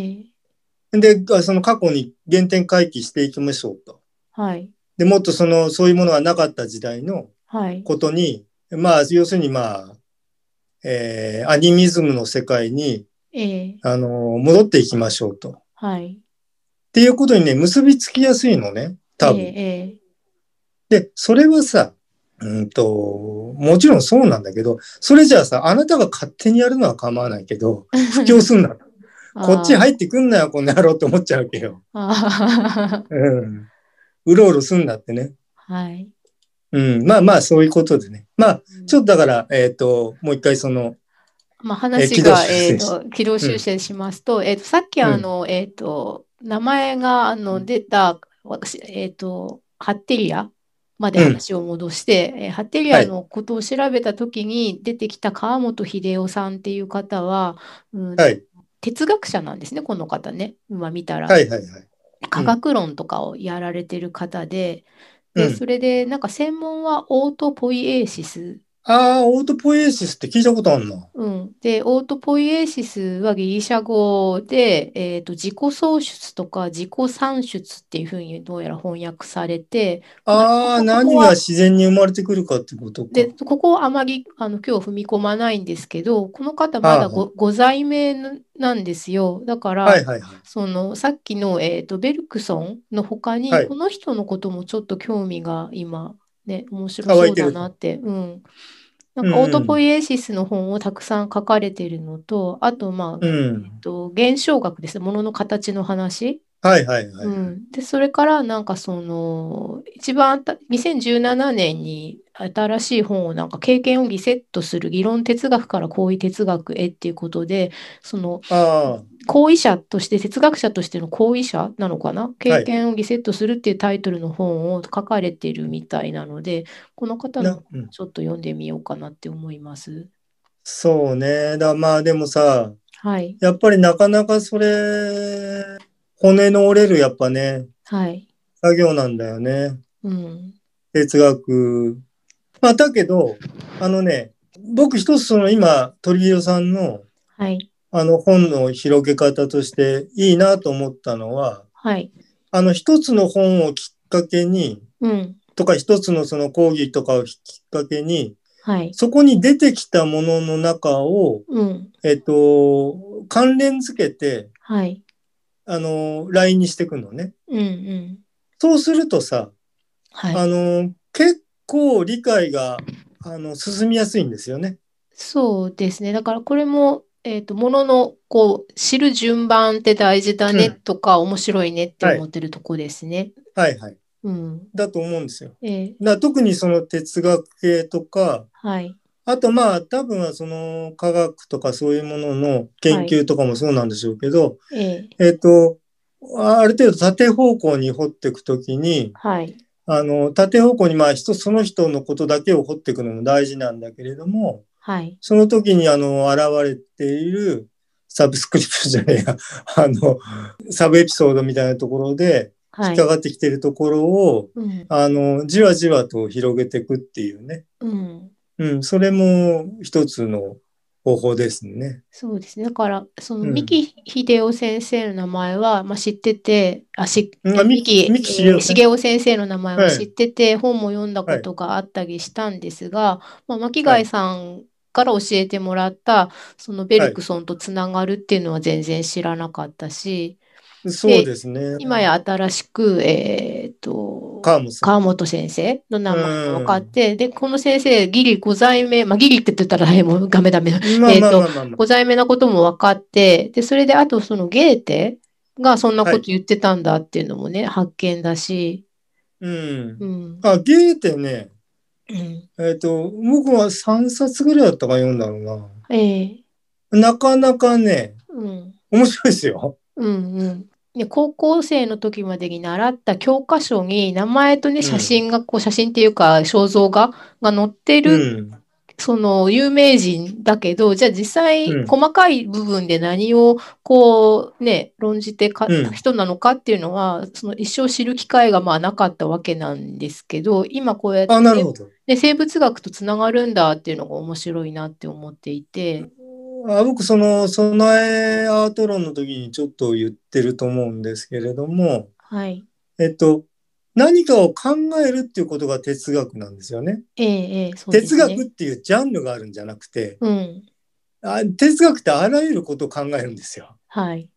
[SPEAKER 1] え、
[SPEAKER 2] で、あその過去に原点回帰していきましょうと。
[SPEAKER 1] はい、
[SPEAKER 2] で、もっとその、そういうものがなかった時代の
[SPEAKER 1] はい、
[SPEAKER 2] ことに、まあ、要するにまあ、えーアニミズムの世界に、
[SPEAKER 1] ええ、
[SPEAKER 2] あの、戻っていきましょうと。っ
[SPEAKER 1] はい、
[SPEAKER 2] ていうことにね、結びつきやすいのね、多分。
[SPEAKER 1] え
[SPEAKER 2] で、それはさ、うんと、もちろんそうなんだけど、それじゃあさ、あなたが勝手にやるのは構わないけど、
[SPEAKER 1] え、(laughs)
[SPEAKER 2] 布教すんな。こっち
[SPEAKER 1] い。
[SPEAKER 2] 入ってくんなよ、この野郎って思っちゃうわけよ。
[SPEAKER 1] あ
[SPEAKER 2] うん。うろうろすんなってね。
[SPEAKER 1] ー (laughs) はい。
[SPEAKER 2] うん。まあまあ、そういうことでね。まあ、ちょっとだから、えっ、と、もう一回その、
[SPEAKER 1] まあ、
[SPEAKER 2] えー
[SPEAKER 1] 話
[SPEAKER 2] 軌道
[SPEAKER 1] が、
[SPEAKER 2] 修正
[SPEAKER 1] えっと、軌道修正しますと、えっと、さっき、あの、えっと、名前が、あ
[SPEAKER 2] う
[SPEAKER 1] の、
[SPEAKER 2] ん
[SPEAKER 1] 出た、私、えっと、ハッテリアまで話を戻して、えーハッテリアのことを調べたときに出てきた川本秀夫さんっていう方は、うん
[SPEAKER 2] はい、
[SPEAKER 1] 哲学者なんですね、この方ね。今見たら。
[SPEAKER 2] はいはいはい。
[SPEAKER 1] 科学論とかをやられてる方で、
[SPEAKER 2] う
[SPEAKER 1] で、
[SPEAKER 2] ん。
[SPEAKER 1] それで、なんか専門はオートポイエーシス
[SPEAKER 2] ああ、オートポエーシスって聞いたことあるな。
[SPEAKER 1] うん、で、オートポイエーシスはギリシャ語で、えーと、自己創出とか自己産出っていうふうにどうやら翻訳されて、こ
[SPEAKER 2] ああ、
[SPEAKER 1] こは
[SPEAKER 2] 何が自然に生まれてくるかってことか。
[SPEAKER 1] で、ここはあまりあの今日踏み込まないんですけど、この方まだご、ご在名なんですよ。だから、
[SPEAKER 2] はいはいはい。
[SPEAKER 1] そのさっきの、えーと、ベルクソンの他に、
[SPEAKER 2] はい
[SPEAKER 1] この人のこともちょっと興味が今、ね、面白
[SPEAKER 2] あ湧
[SPEAKER 1] そ
[SPEAKER 2] いうて
[SPEAKER 1] だ
[SPEAKER 2] る
[SPEAKER 1] なって、うん。な
[SPEAKER 2] うんんう
[SPEAKER 1] か
[SPEAKER 2] ん
[SPEAKER 1] オートポイエーシスの本をたくさん書かれているのと、あと、まあ、
[SPEAKER 2] うん
[SPEAKER 1] えっ。と、現象学ですね、ものの形の話。
[SPEAKER 2] はいはいはい。
[SPEAKER 1] うん、で、それからなんかその、一番あた2017年に新しい本をなんか経験をリセットする議論哲学から行為哲学へっていうことで、その
[SPEAKER 2] ああ、
[SPEAKER 1] 行為者として哲学者としての行為者なのかな経験をリセットするっていうタイトルの本を書かれてるみたいなので、この方
[SPEAKER 2] な
[SPEAKER 1] の
[SPEAKER 2] うん、
[SPEAKER 1] ちょっと読んでみようかなって思います。
[SPEAKER 2] そうね。だまあでもさ、
[SPEAKER 1] はい、
[SPEAKER 2] やっぱりなかなかそれ、骨の折れるやっぱね、
[SPEAKER 1] はい、
[SPEAKER 2] 作業なんだよね。
[SPEAKER 1] うん、
[SPEAKER 2] 哲学。まあ、だけど、あのね、僕一つその今、鳥色さんの
[SPEAKER 1] はい。
[SPEAKER 2] あの本の広げ方としていいなと思ったのは、
[SPEAKER 1] はい。
[SPEAKER 2] あの一つの本をきっかけに、
[SPEAKER 1] うん。
[SPEAKER 2] とか一つのその講義とかをきっかけに、
[SPEAKER 1] はい。
[SPEAKER 2] そこに出てきたものの中を、
[SPEAKER 1] うん。
[SPEAKER 2] えっと、関連づけて、
[SPEAKER 1] はい。
[SPEAKER 2] あの、ラインにしていくのね。
[SPEAKER 1] うんうん。
[SPEAKER 2] そうするとさ、
[SPEAKER 1] はい。
[SPEAKER 2] あの、結構理解が、あの、進みやすいんですよね。
[SPEAKER 1] そうですね。だからこれも、えっと、ものの、こう、知る順番って大事だね
[SPEAKER 2] うん
[SPEAKER 1] とか、面白いねって
[SPEAKER 2] はい
[SPEAKER 1] 思ってるとこですね。
[SPEAKER 2] はいはい。
[SPEAKER 1] うん。
[SPEAKER 2] だと思うんですよ。
[SPEAKER 1] ええ、
[SPEAKER 2] だ特にその哲学系とか、
[SPEAKER 1] はい。
[SPEAKER 2] あとまあ多分はその科学とかそういうものの研究とかもそうなんでしょうけど、
[SPEAKER 1] ええ、
[SPEAKER 2] えっ、と、ある程度縦方向に掘っていくときに、
[SPEAKER 1] はい。
[SPEAKER 2] あの、縦方向にまあ人、その人のことだけを掘っていくのも大事なんだけれども、
[SPEAKER 1] はい。
[SPEAKER 2] その時にあの、現れているサブスクリプションじゃねえや、 (laughs) あの、サブエピソードみたいなところで
[SPEAKER 1] は
[SPEAKER 2] 引っ
[SPEAKER 1] い
[SPEAKER 2] か。かってきてるところを、
[SPEAKER 1] うん。
[SPEAKER 2] あの、じわじわと広げていくっていうね。
[SPEAKER 1] うん。
[SPEAKER 2] うん、それも一つの方法ですね。
[SPEAKER 1] そうですね。だから、その、
[SPEAKER 2] うん
[SPEAKER 1] 三木秀夫先生の名前は、まあ、知ってて、あ、し、
[SPEAKER 2] うんあ
[SPEAKER 1] 三
[SPEAKER 2] 三
[SPEAKER 1] 木、
[SPEAKER 2] 木三木茂
[SPEAKER 1] え
[SPEAKER 2] 夫
[SPEAKER 1] ー
[SPEAKER 2] ね
[SPEAKER 1] 茂夫先生の名前は
[SPEAKER 2] はい
[SPEAKER 1] 知ってて、本も読んだことがあったりしたんですが、まあ、巻貝さんから教えてもらった、そのベルクソンとつながるっていうのは全然知らなかったし、
[SPEAKER 2] そうですね。
[SPEAKER 1] 今や新しく、えっと、
[SPEAKER 2] 川本さん。
[SPEAKER 1] 川本先生の名前が分かって、で、この先生、ギリ5在目、まあ、ギリって言ったら、はいもうダメダメ。
[SPEAKER 2] まあ
[SPEAKER 1] えー
[SPEAKER 2] まあ
[SPEAKER 1] と
[SPEAKER 2] まあまあまあ。
[SPEAKER 1] 5在目なことも分かって、で、それで、あと、そのゲーテがそんなこと言ってたんだっていうのもね、発見だし、
[SPEAKER 2] うん
[SPEAKER 1] う。ん。
[SPEAKER 2] あ、ゲーテね、
[SPEAKER 1] うん、
[SPEAKER 2] えっ、と、僕は3冊ぐらいだったから読んだろう
[SPEAKER 1] ええ
[SPEAKER 2] な。なかなかね、
[SPEAKER 1] うん、
[SPEAKER 2] 面白いですよ。
[SPEAKER 1] うん、うん。で、高校生の時までに習った教科書に、名前とね、
[SPEAKER 2] ん
[SPEAKER 1] 写真が、こう、写真っていうか、肖像画が載ってる
[SPEAKER 2] うん。
[SPEAKER 1] その有名人だけど、じゃあ実
[SPEAKER 2] う
[SPEAKER 1] 際
[SPEAKER 2] ん
[SPEAKER 1] 細かい部分で何をこうね、論じてか
[SPEAKER 2] うん
[SPEAKER 1] 人なのかっていうのは、その一生知る機会がまあなかったわけなんですけど、今こうやって
[SPEAKER 2] あ、なるほど。
[SPEAKER 1] ね、生物学とつながるんだっていうのが面白いなって思っていて、
[SPEAKER 2] あ僕、その、備えアート論の時にちょっと言ってると思うんですけれども、
[SPEAKER 1] はい。
[SPEAKER 2] えっと、何かを考えるっていうことが哲学なんですよね。
[SPEAKER 1] ええ、ええ、そうで
[SPEAKER 2] 哲
[SPEAKER 1] すね。
[SPEAKER 2] 学っていうジャンルがあるんじゃなくて、
[SPEAKER 1] うん。
[SPEAKER 2] あ哲学ってあらゆることを考えるんですよ。
[SPEAKER 1] はい。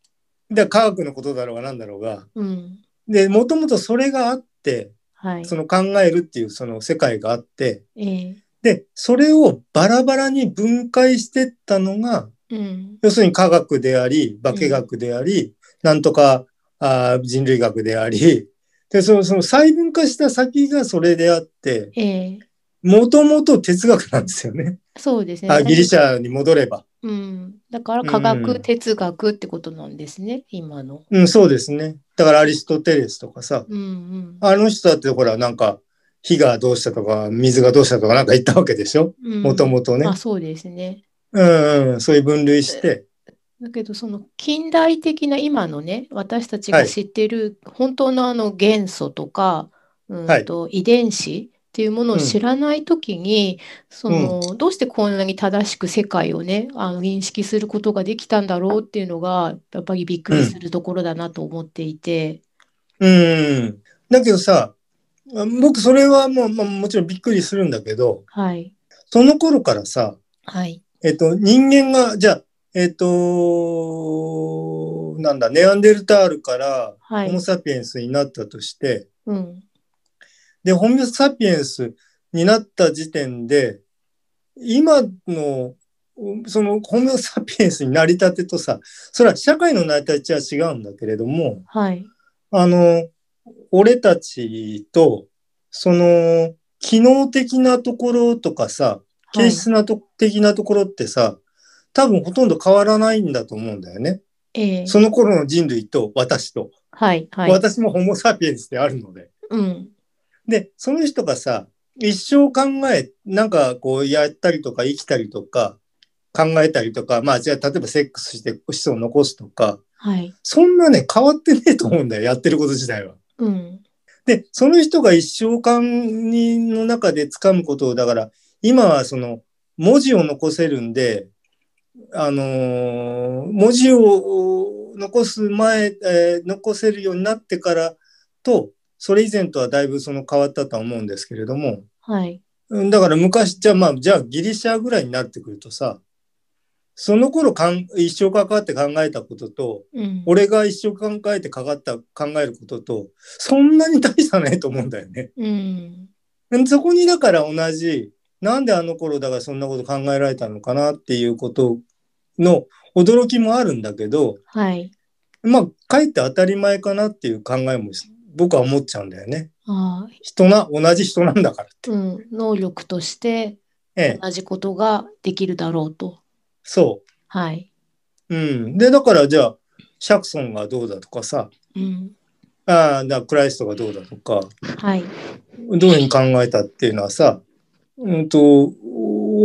[SPEAKER 2] で科学のことだろうが何だろうが。
[SPEAKER 1] うん。
[SPEAKER 2] でもともとそれがあって
[SPEAKER 1] はい。
[SPEAKER 2] その考えるっていうその世界があって
[SPEAKER 1] ええ。
[SPEAKER 2] でそれをバラバラに分解してったのが
[SPEAKER 1] うん。
[SPEAKER 2] 要するに科学であり化学であり、なんとかあー人類学でありでそのその細分化した先がそれであって
[SPEAKER 1] ええ。
[SPEAKER 2] もともと哲学なんですよね。
[SPEAKER 1] そうですね。
[SPEAKER 2] あギリシャに戻れば。
[SPEAKER 1] うん。だから科学、
[SPEAKER 2] うん
[SPEAKER 1] 哲学ってことなんですね、今の。
[SPEAKER 2] うんそうですね。だからアリストテレスとかさ
[SPEAKER 1] うんうん。
[SPEAKER 2] あの人だってほらなんか火がどうしたとか水がどうしたとかなんか言ったわけでしょもともとね
[SPEAKER 1] まあ。そうですね。
[SPEAKER 2] うんうんそういう分類して。
[SPEAKER 1] だけどその近代的な今のね私たちが
[SPEAKER 2] はい
[SPEAKER 1] 知っている本当のあの元素とか、うんと遺伝子っていうものを知らない時に、そのどうしてこんなに正しく世界をねあの認識することができたんだろうっていうのがやっぱりびっくりするところだなと思っていて、
[SPEAKER 2] うん。だけどさ僕それはもう、まあ、もちろんびっくりするんだけど
[SPEAKER 1] はい
[SPEAKER 2] その頃からさ
[SPEAKER 1] はい
[SPEAKER 2] えっと人間がじゃあえっとなんだネアンデルタールから
[SPEAKER 1] は
[SPEAKER 2] ホモ・
[SPEAKER 1] い、
[SPEAKER 2] サピエンスになったとして、
[SPEAKER 1] うん、
[SPEAKER 2] で、ホモ・サピエンスになった時点で、今の、そのホモ・サピエンスになりたてとさ、それは社会の成り立ちは違うんだけれども、
[SPEAKER 1] はい
[SPEAKER 2] あの、俺たちと、その、機能的なところとかさ、
[SPEAKER 1] はい
[SPEAKER 2] 形質なと、的なところってさ、多分ほとんど変わらないんだと思うんだよね。
[SPEAKER 1] ええ
[SPEAKER 2] その頃の人類と私と。
[SPEAKER 1] はいはい
[SPEAKER 2] 私もホモ・サピエンスであるので。
[SPEAKER 1] うん
[SPEAKER 2] で、その人がさ、一生考え、なんかこうやったりとか生きたりとか考えたりとか、まあじゃあ例えばセックスして子孫を残すとか、
[SPEAKER 1] はい
[SPEAKER 2] そんなね変わってねえと思うんだよ、やってること自体は。
[SPEAKER 1] うん
[SPEAKER 2] で、その人が一生間にの中で掴むことを、だから、今はその文字を残せるんで、あのー文字を残す前、えー残せるようになってからと、それ以前とはだいぶその変わったとは思うんですけれども、
[SPEAKER 1] はい。
[SPEAKER 2] うんだから昔、じゃあまあ、じゃあギリシャぐらいになってくるとさ、その頃かん一生かかって考えたことと、
[SPEAKER 1] うん。
[SPEAKER 2] 俺が一生考えてかかった、考えることと、そんなに大差ないと思うんだよね。 (laughs)
[SPEAKER 1] うん。
[SPEAKER 2] そこにだから同じ、なんであの頃だからそんなこと考えられたのかなっていうことの驚きもあるんだけど、
[SPEAKER 1] はい。
[SPEAKER 2] まあ、かえって当たり前かなっていう考えも僕は思っちゃうんだよね。
[SPEAKER 1] あ
[SPEAKER 2] 人な、同じ人なんだからって
[SPEAKER 1] あ、。うん。能力として
[SPEAKER 2] ええ、
[SPEAKER 1] 同じことができるだろうと。
[SPEAKER 2] そ
[SPEAKER 1] はい。
[SPEAKER 2] う。うん。で、だからじゃあ、シャクソンがどうだとかさ、
[SPEAKER 1] うん。
[SPEAKER 2] ああ、だからクライストがどうだとか、
[SPEAKER 1] はい。
[SPEAKER 2] どういうふうに考えたっていうのはさ、うんと、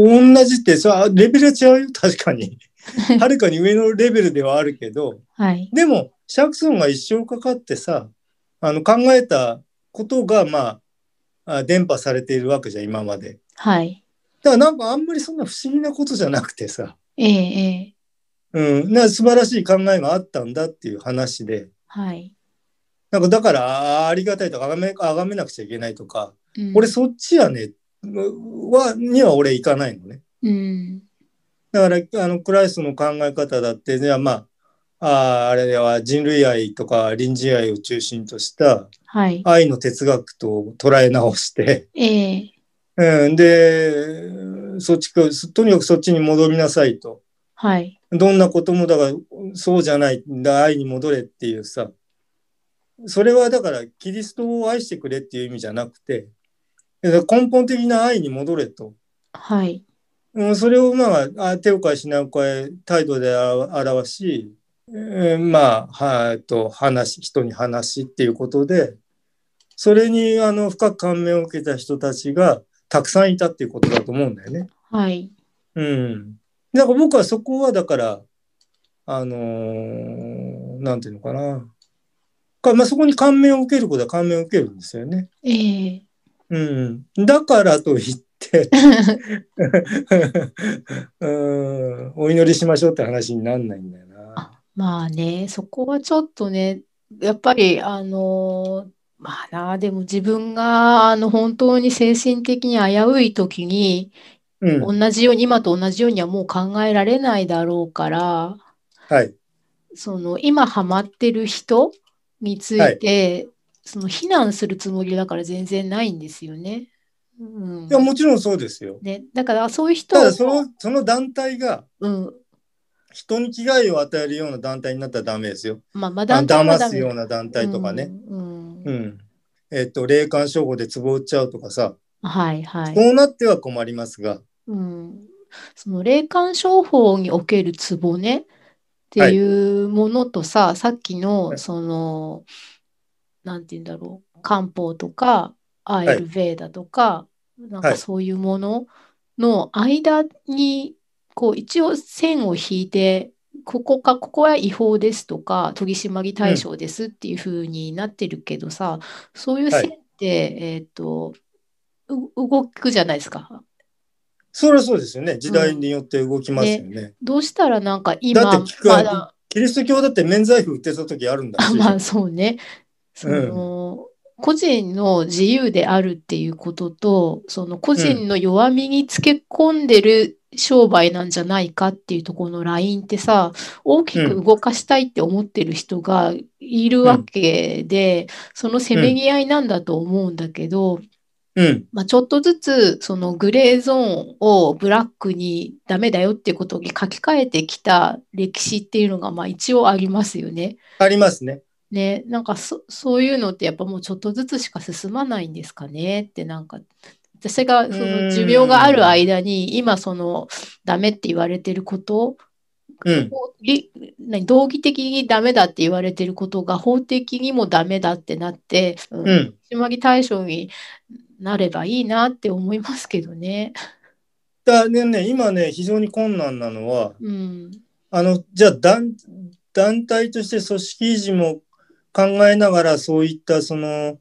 [SPEAKER 2] 同じってさ、レベルは違うよ、確かに。 (laughs) はるかに上のレベルではあるけど、
[SPEAKER 1] はい。
[SPEAKER 2] でも、シャクソンが一生かかってさ、あの考えたことが、まあ、あ伝播されているわけじゃん、今まで。
[SPEAKER 1] はい。
[SPEAKER 2] だからなんかあんまりそんな不思議なことじゃなくてさ、
[SPEAKER 1] ええ、ええ。
[SPEAKER 2] うん、なんか素晴らしい考えがあったんだっていう話で、
[SPEAKER 1] はい。
[SPEAKER 2] なんかだから、あありがたいとか、あがめ、あがめなくちゃいけないとか、
[SPEAKER 1] うん
[SPEAKER 2] 俺そっちやね、は、には俺行かないのね。
[SPEAKER 1] うん。
[SPEAKER 2] だから、あの、クライストの考え方だって、じゃあまあ、あーあれは人類愛とか臨時愛を中心とした
[SPEAKER 1] はい。
[SPEAKER 2] 愛の哲学と捉え直して、 (laughs)
[SPEAKER 1] ええ、
[SPEAKER 2] うん、で、そっちか、とにかくそっちに戻りなさいと。
[SPEAKER 1] はい。
[SPEAKER 2] どんなことも、だから、そうじゃないんだ、愛に戻れっていうさ、それはだから、キリストを愛してくれっていう意味じゃなくて、だから根本的な愛に戻れと。
[SPEAKER 1] はい。
[SPEAKER 2] うん、それをまああ手を変え品を変え態度であら表し、えーまあはえっと話し人に話しっていうことでそれにあの深く感銘を受けた人たちがたくさんいたっていうことだと思うんだよね。
[SPEAKER 1] はい。
[SPEAKER 2] うん、だから僕はそこはだからあのーなんていうのかなか、まあ、そこに感銘を受けることは感銘を受けるんですよね。
[SPEAKER 1] ええ。
[SPEAKER 2] うん、だからといって、うん、お祈りしましょうって話になんないんだよな。
[SPEAKER 1] まあね、そこはちょっとね、やっぱり、あのーまあな、でも自分が、あの、本当に精神的に危うい時に、
[SPEAKER 2] うん、
[SPEAKER 1] 同じように、今と同じようにはもう考えられないだろうから、
[SPEAKER 2] はい、
[SPEAKER 1] その、今ハマってる人について、その、非難するつもりだから全然ないんですよね。うん
[SPEAKER 2] い。やもちろんそうですよ。
[SPEAKER 1] ね、だから、そういう人
[SPEAKER 2] た
[SPEAKER 1] を
[SPEAKER 2] だそのその団体が
[SPEAKER 1] うん、
[SPEAKER 2] 人に危害を与えるような団体になったらダメですよ。
[SPEAKER 1] まあ、まあ、
[SPEAKER 2] あ
[SPEAKER 1] 団体は
[SPEAKER 2] 騙
[SPEAKER 1] ダ
[SPEAKER 2] す
[SPEAKER 1] メ
[SPEAKER 2] ような団体とかね。
[SPEAKER 1] うん、
[SPEAKER 2] う
[SPEAKER 1] うん
[SPEAKER 2] ん、えっと霊感商法で壺を売っちゃうとかさ、
[SPEAKER 1] はいはい。
[SPEAKER 2] そうなっては困りますが、
[SPEAKER 1] うん、その霊感商法におけるツボねっていうものとさ、さっき
[SPEAKER 2] は
[SPEAKER 1] の
[SPEAKER 2] い
[SPEAKER 1] その、なんて言うんだろう、漢方とかアイルヴェーダとか、なん
[SPEAKER 2] は
[SPEAKER 1] か
[SPEAKER 2] い
[SPEAKER 1] そういうものの間に、こう一応線を引いて、ここか、ここは違法ですとか、取締り対象ですっていう風になってるけどさ、そういう
[SPEAKER 2] はい
[SPEAKER 1] 線って、えっと、う動くじゃないですか。
[SPEAKER 2] それはそうですよね。時代によって動きますよね。
[SPEAKER 1] どうしたらなんか今
[SPEAKER 2] だって聞く
[SPEAKER 1] まだ、
[SPEAKER 2] キリスト教だって免罪符売ってた時あるんだ
[SPEAKER 1] あ
[SPEAKER 2] し。
[SPEAKER 1] まあそうね、その、個人の自由であるっていうことと、その個人の弱みにつけ込んでる商売なんじゃないかっていうところのラインってさ、大きく動かしたいって思ってる人がいるわけで、そのせめぎ合いなんだと思うんだけど、
[SPEAKER 2] うん、
[SPEAKER 1] まあ、ちょっとずつそのグレーゾーンをブラックにダメだよっていうことに書き換えてきた歴史っていうのがまあ一応ありますよね。
[SPEAKER 2] ありますね。
[SPEAKER 1] ね、なんかそそういうのってやっぱもうちょっとずつしか進まないんですかねってなんか私がそう
[SPEAKER 2] ー
[SPEAKER 1] の
[SPEAKER 2] ん
[SPEAKER 1] 寿命がある間に今そのダメって言われてること
[SPEAKER 2] うん、
[SPEAKER 1] こうり何道義的にダメだって言われてることが法的にもダメだってなって、うん
[SPEAKER 2] うん。
[SPEAKER 1] 取締り対象になればいいなって思いますけどね。
[SPEAKER 2] だでね、今ね、非常に困難なのは、
[SPEAKER 1] うん。
[SPEAKER 2] あの、じゃあ団、団体として組織維持も考えながら、そういった、その、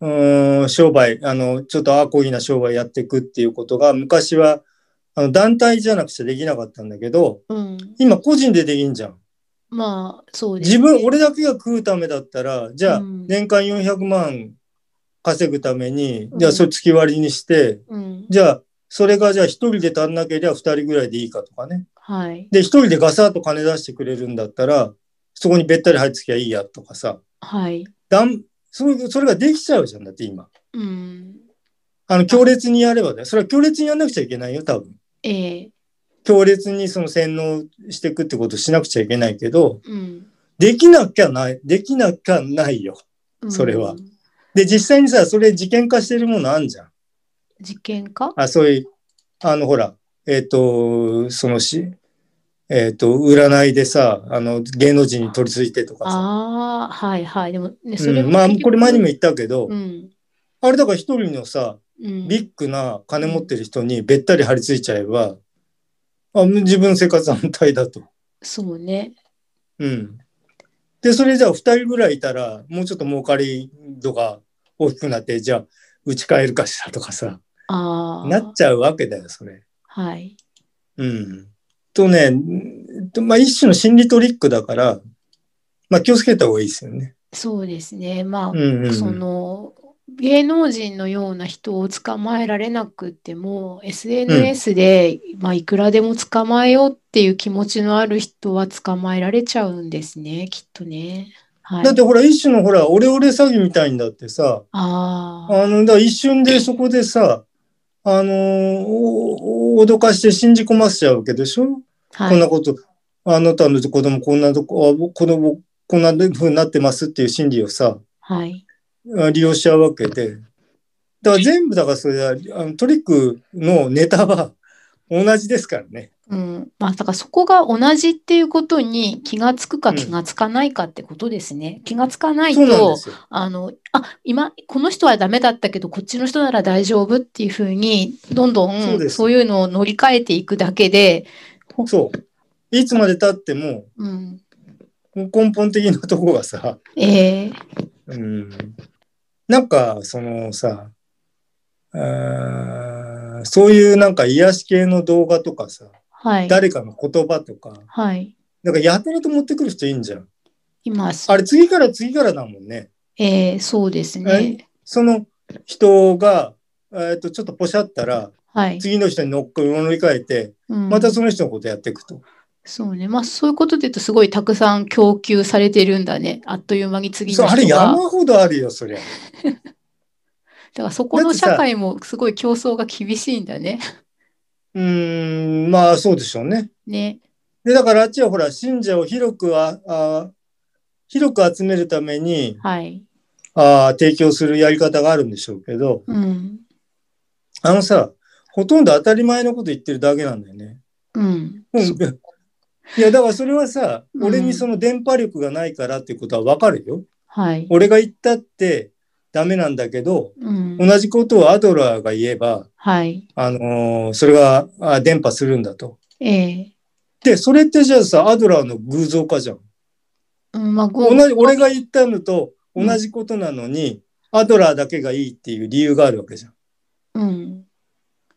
[SPEAKER 2] うん、商売、あの、ちょっとアーコギな商売やっていくっていうことが、昔は、あの、団体じゃなくちゃできなかったんだけど、
[SPEAKER 1] うん。
[SPEAKER 2] 今個人でできんじゃん。
[SPEAKER 1] まあ、そうです
[SPEAKER 2] 自
[SPEAKER 1] ね。
[SPEAKER 2] 分、俺だけが食うためだったら、じゃあ、
[SPEAKER 1] うん
[SPEAKER 2] 年間400万稼ぐために、
[SPEAKER 1] うん
[SPEAKER 2] じゃあ、それ月割りにして、
[SPEAKER 1] うん。
[SPEAKER 2] じゃあ、それがじゃあ一人で足んなければ二人ぐらいでいいかとかね。
[SPEAKER 1] はい。
[SPEAKER 2] で、一人でガサッと金出してくれるんだったら、そこにべったり入ってきゃいいやとかさ。
[SPEAKER 1] はい。
[SPEAKER 2] だんそれそれができちゃうじゃんだって今。
[SPEAKER 1] うん。
[SPEAKER 2] あの、強烈にやればね。それは強烈にやんなくちゃいけないよ、多分。
[SPEAKER 1] ええ。
[SPEAKER 2] 強烈にその洗脳していくってことしなくちゃいけないけど、
[SPEAKER 1] うん。
[SPEAKER 2] できなきゃない、できなきゃないよ。
[SPEAKER 1] うん
[SPEAKER 2] それは。で、実際にさ、それ事件化してるものあんじゃん。
[SPEAKER 1] 事件か
[SPEAKER 2] あ、そういう、あの、ほら、えっ、と、そのし、えっ、と、占いでさ、あの、芸能人に取り付いてとかさ。
[SPEAKER 1] ああ、はいはい。でもね、それ
[SPEAKER 2] う
[SPEAKER 1] も
[SPEAKER 2] ん、まあ、
[SPEAKER 1] 結局
[SPEAKER 2] これ前にも言ったけど、
[SPEAKER 1] うん。
[SPEAKER 2] あれだから一人のさ、
[SPEAKER 1] うん。
[SPEAKER 2] ビッグな金持ってる人にべったり張り付いちゃえば、あ自分の生活反対だと。
[SPEAKER 1] そうね。
[SPEAKER 2] うん。で、それじゃあ2人ぐらいいたら、もうちょっと儲かり度が大きくなって、じゃあ、打ち替えるかしらとかさ、
[SPEAKER 1] ああ。
[SPEAKER 2] なっちゃうわけだよ、それ。
[SPEAKER 1] はい。
[SPEAKER 2] うん。とね、うんとまあ、一種の心理トリックだから、まあ、気をつけた方がいいですよね。
[SPEAKER 1] そうですね。まあ、
[SPEAKER 2] うん、うん。
[SPEAKER 1] その芸能人のような人を捕まえられなくても SNS で、まあ、いくらでも捕まえようっていう気持ちのある人は捕まえられちゃうんですねきっとね。はい、
[SPEAKER 2] だってほら、一種のほら、オレオレ詐欺みたいにだってさ、
[SPEAKER 1] ああ
[SPEAKER 2] あの、だから一瞬でそこでさ、あのーおお脅かして信じ込ませちゃうわけでしょ
[SPEAKER 1] は
[SPEAKER 2] こん
[SPEAKER 1] い
[SPEAKER 2] なこと、あなたの子供こんなとこ、あぼ子供こんな風になってますっていう心理をさ、
[SPEAKER 1] はい
[SPEAKER 2] あ利用しちゃうわけで。だから全部、だからそれはあのトリックのネタは同じですからね。
[SPEAKER 1] うんまあ、だからそこが同じっていうことに気がつくか気がつかないかってことですね。気がつかない
[SPEAKER 2] そうなん
[SPEAKER 1] と
[SPEAKER 2] ですよ。
[SPEAKER 1] あの、あ、今、この人はダメだったけど、こっちの人なら大丈夫っていうふうに、どんど
[SPEAKER 2] そうで
[SPEAKER 1] ん
[SPEAKER 2] す
[SPEAKER 1] そういうのを乗り換えていくだけで、
[SPEAKER 2] そう。いつまで経っても
[SPEAKER 1] うん、
[SPEAKER 2] 根本的なとこがさ、
[SPEAKER 1] ええ、
[SPEAKER 2] うん、なんかそのさ、あーそういうなんか癒し系の動画とかさ、
[SPEAKER 1] はい、
[SPEAKER 2] 誰かの言葉とか、
[SPEAKER 1] はい、
[SPEAKER 2] なんかやたらと持ってくる人いいんじゃん。
[SPEAKER 1] います。
[SPEAKER 2] あれ次から次からだもんね。
[SPEAKER 1] ええ、そうですね。
[SPEAKER 2] その人が、えっとちょっとポシャったら
[SPEAKER 1] はい、
[SPEAKER 2] 次の人に乗っ乗り換えて
[SPEAKER 1] うん
[SPEAKER 2] またその人のことやっていくと。
[SPEAKER 1] そうね。まあ、そういうことで言うと、すごいたくさん供給されてるんだね。あっという間に次
[SPEAKER 2] そう
[SPEAKER 1] の
[SPEAKER 2] あれ
[SPEAKER 1] 人が。だ
[SPEAKER 2] 山ほどあるよそりゃ。
[SPEAKER 1] から、そこの
[SPEAKER 2] だってさ
[SPEAKER 1] 社会もすごい競争が厳しいんだね。
[SPEAKER 2] うーんまあそうでしょうね。
[SPEAKER 1] ね。
[SPEAKER 2] でだからあっちはほら信者を広くああ広く集めるために
[SPEAKER 1] はい。
[SPEAKER 2] あ提供するやり方があるんでしょうけど
[SPEAKER 1] うん、
[SPEAKER 2] あのさほとんど当たり前のこと言ってるだけなんだよね。
[SPEAKER 1] うん、
[SPEAKER 2] うんいやだからそれはさ、
[SPEAKER 1] うん
[SPEAKER 2] 俺にその電波力がないからっていうことはわかるよ。
[SPEAKER 1] はい。
[SPEAKER 2] 俺が言ったってダメなんだけど、
[SPEAKER 1] うん、
[SPEAKER 2] 同じことをアドラーが言えば、
[SPEAKER 1] はい。
[SPEAKER 2] あのーそれがあ伝播するんだと。
[SPEAKER 1] ええ。
[SPEAKER 2] で、それってじゃあさ、アドラーの偶像化じゃん。
[SPEAKER 1] うん、まあ、ご
[SPEAKER 2] 同じ俺が言ったのと同じことなのに、アドラーだけがいいっていう理由があるわけじゃん。
[SPEAKER 1] うん。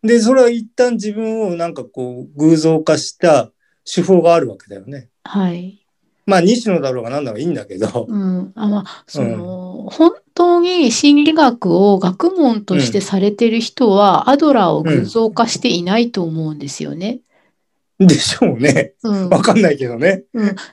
[SPEAKER 2] で、それは一旦自分をなんかこう偶像化した手法があるわけだよね。
[SPEAKER 1] はい。
[SPEAKER 2] まあ、西野だろうが何だろうがいいんだけど。 (laughs)
[SPEAKER 1] うん。あ、まあ、その、本当に心理学を学問としてされてる人は、アドラーを偶像化していないと思うんですよね。
[SPEAKER 2] でしょうね。
[SPEAKER 1] うん。
[SPEAKER 2] わかんないけどね。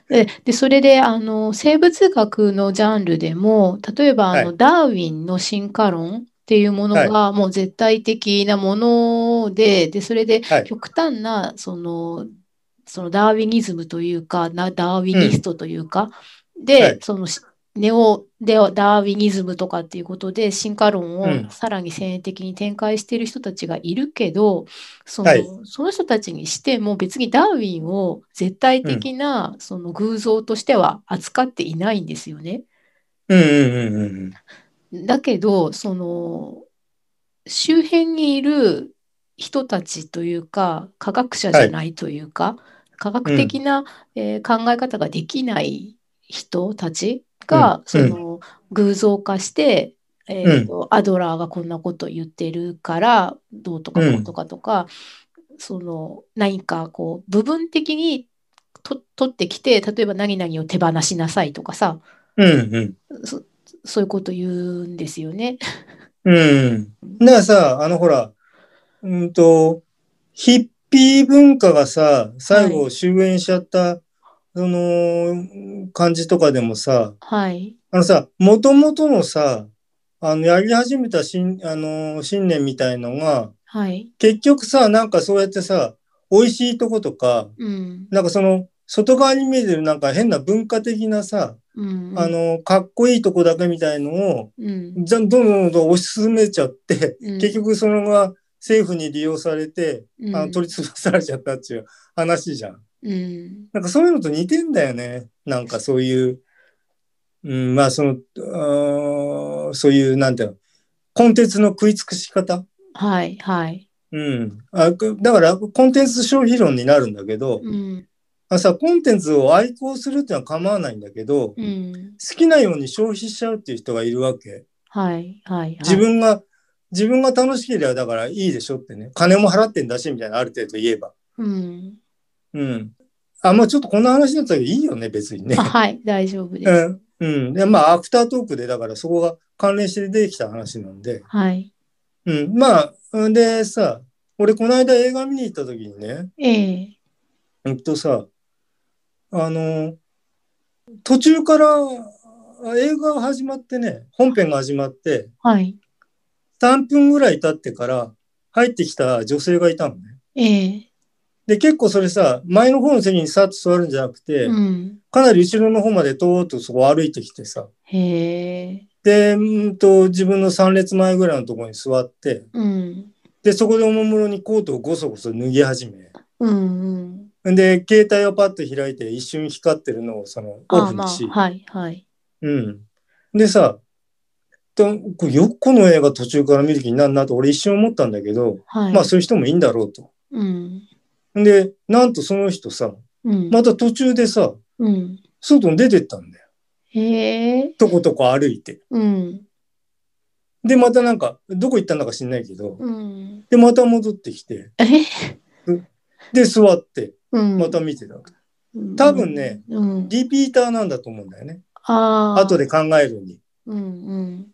[SPEAKER 1] で、で、それで、あの、生物学のジャンルでも、例えば、あ
[SPEAKER 2] は
[SPEAKER 1] の、ダーウィンの進化論っていうものが、もう絶対的なもので、で、それで
[SPEAKER 2] はい、
[SPEAKER 1] 極端な、その、そのダーウィニズムというか、な、ダーウィニストというか、で、
[SPEAKER 2] はい
[SPEAKER 1] その、しネオ、で、ダーウィニズムとかっていうことで、進化論
[SPEAKER 2] うん
[SPEAKER 1] をさらに先鋭的に展開している人たちがいるけど、その、
[SPEAKER 2] はい
[SPEAKER 1] その人たちにしても別にダーウィンを絶対的な、その偶像としては扱っていないんですよね。
[SPEAKER 2] うんうんうんうん
[SPEAKER 1] だけどその周辺にいる人たちというか科学者じゃないというか、科学的な、えー考え方ができない人たちが、
[SPEAKER 2] うん
[SPEAKER 1] その偶像化して、えーとアドラーがこんなこと言ってるからどうとかこうとかとか、その何かこう部分的にと取ってきて例えば何々を手放しなさいとかさ
[SPEAKER 2] うんうん。
[SPEAKER 1] そそういうこと言うんですよね。
[SPEAKER 2] うん。だからさ、あのほら、うんと、ヒッピー文化がさ、最後終焉しちゃった、その、感じとかでもさ、
[SPEAKER 1] はい。
[SPEAKER 2] あのさ、もともとのさ、あの、やり始めたしん、あの、信念みたいのが、
[SPEAKER 1] はい。
[SPEAKER 2] 結局さ、なんかそうやってさ、美味しいとことか、
[SPEAKER 1] うん。
[SPEAKER 2] なんかその、外側に見えてるなんか変な文化的なさ、
[SPEAKER 1] うん。
[SPEAKER 2] あの、かっこいいとこだけみたいのを、
[SPEAKER 1] うん。
[SPEAKER 2] じゃどんどんどんどん推し進めちゃって、
[SPEAKER 1] うん
[SPEAKER 2] 結局そのまま政府に利用されて、
[SPEAKER 1] うん。
[SPEAKER 2] あの取り潰されちゃったっていう話じゃん。
[SPEAKER 1] うん。
[SPEAKER 2] なんかそういうのと似てんだよね。なんかそういう、うん、まあそのあー、そういう、なんていうの、コンテンツの食い尽くし方。
[SPEAKER 1] はい。はい。
[SPEAKER 2] うん、あくだからコンテンツ消費論になるんだけど、
[SPEAKER 1] うん。
[SPEAKER 2] あさコンテンツを愛好するっていうのは構わないんだけど、
[SPEAKER 1] う
[SPEAKER 2] 好
[SPEAKER 1] ん。
[SPEAKER 2] きなように消費しちゃうっていう人がいるわけ。
[SPEAKER 1] はい。はい。
[SPEAKER 2] 自分が、自分が楽しければだからいいでしょってね。金も払ってんだし、みたいな、ある程度言えば。
[SPEAKER 1] うん。 (laughs)
[SPEAKER 2] うん。あ、まあちょっとこんな話だったけどいいよね、別にね
[SPEAKER 1] あ。はい。大丈夫で
[SPEAKER 2] う
[SPEAKER 1] す。
[SPEAKER 2] ん。うん。で、まあ、アフタートークで、だからそこが関連して出てきた話なんで。
[SPEAKER 1] はい。
[SPEAKER 2] うん。まあ、んでさ、俺この間映画見に行った時にね、
[SPEAKER 1] ええ。
[SPEAKER 2] うんとさ、あの、途中から映画が始まってね、本編が始まって、
[SPEAKER 1] はい。
[SPEAKER 2] 3分ぐらい経ってから入ってきた女性がいたのね。
[SPEAKER 1] ええ。
[SPEAKER 2] で、結構それさ、前の方の席にさっと座るんじゃなくて、
[SPEAKER 1] うん。
[SPEAKER 2] かなり後ろの方までとーっとそこ歩いてきてさ、
[SPEAKER 1] へえ。
[SPEAKER 2] で、うんと、自分の3列前ぐらいのところに座って、
[SPEAKER 1] うん。
[SPEAKER 2] で、そこでおもむろにコートをごそごそ脱ぎ始め、
[SPEAKER 1] うん。うん。
[SPEAKER 2] んで、携帯をパッと開いて一瞬光ってるのをそのオ
[SPEAKER 1] あ
[SPEAKER 2] フ
[SPEAKER 1] ま
[SPEAKER 2] に
[SPEAKER 1] あ、
[SPEAKER 2] し、
[SPEAKER 1] はい。はい。
[SPEAKER 2] うん。でさ、とこうよくこの映画途中から見る気になるなと俺一瞬思ったんだけど、
[SPEAKER 1] はい。
[SPEAKER 2] まあそういう人もいいんだろうと。
[SPEAKER 1] うん。
[SPEAKER 2] んで、なんとその人さ、
[SPEAKER 1] うん。
[SPEAKER 2] また途中でさ、
[SPEAKER 1] うん。
[SPEAKER 2] 外に出てったんだよ。
[SPEAKER 1] へえ。
[SPEAKER 2] とことこ歩いて。
[SPEAKER 1] うん。
[SPEAKER 2] で、またなんか、どこ行ったんだか知んないけど、
[SPEAKER 1] うん。
[SPEAKER 2] で、また戻ってきて、
[SPEAKER 1] え
[SPEAKER 2] で、座って、
[SPEAKER 1] うん。
[SPEAKER 2] また見てた。
[SPEAKER 1] うん、
[SPEAKER 2] 多分ね
[SPEAKER 1] うん。
[SPEAKER 2] リピーターなんだと思うんだよね。
[SPEAKER 1] ああ。
[SPEAKER 2] 後で。考えるに。
[SPEAKER 1] うんうん。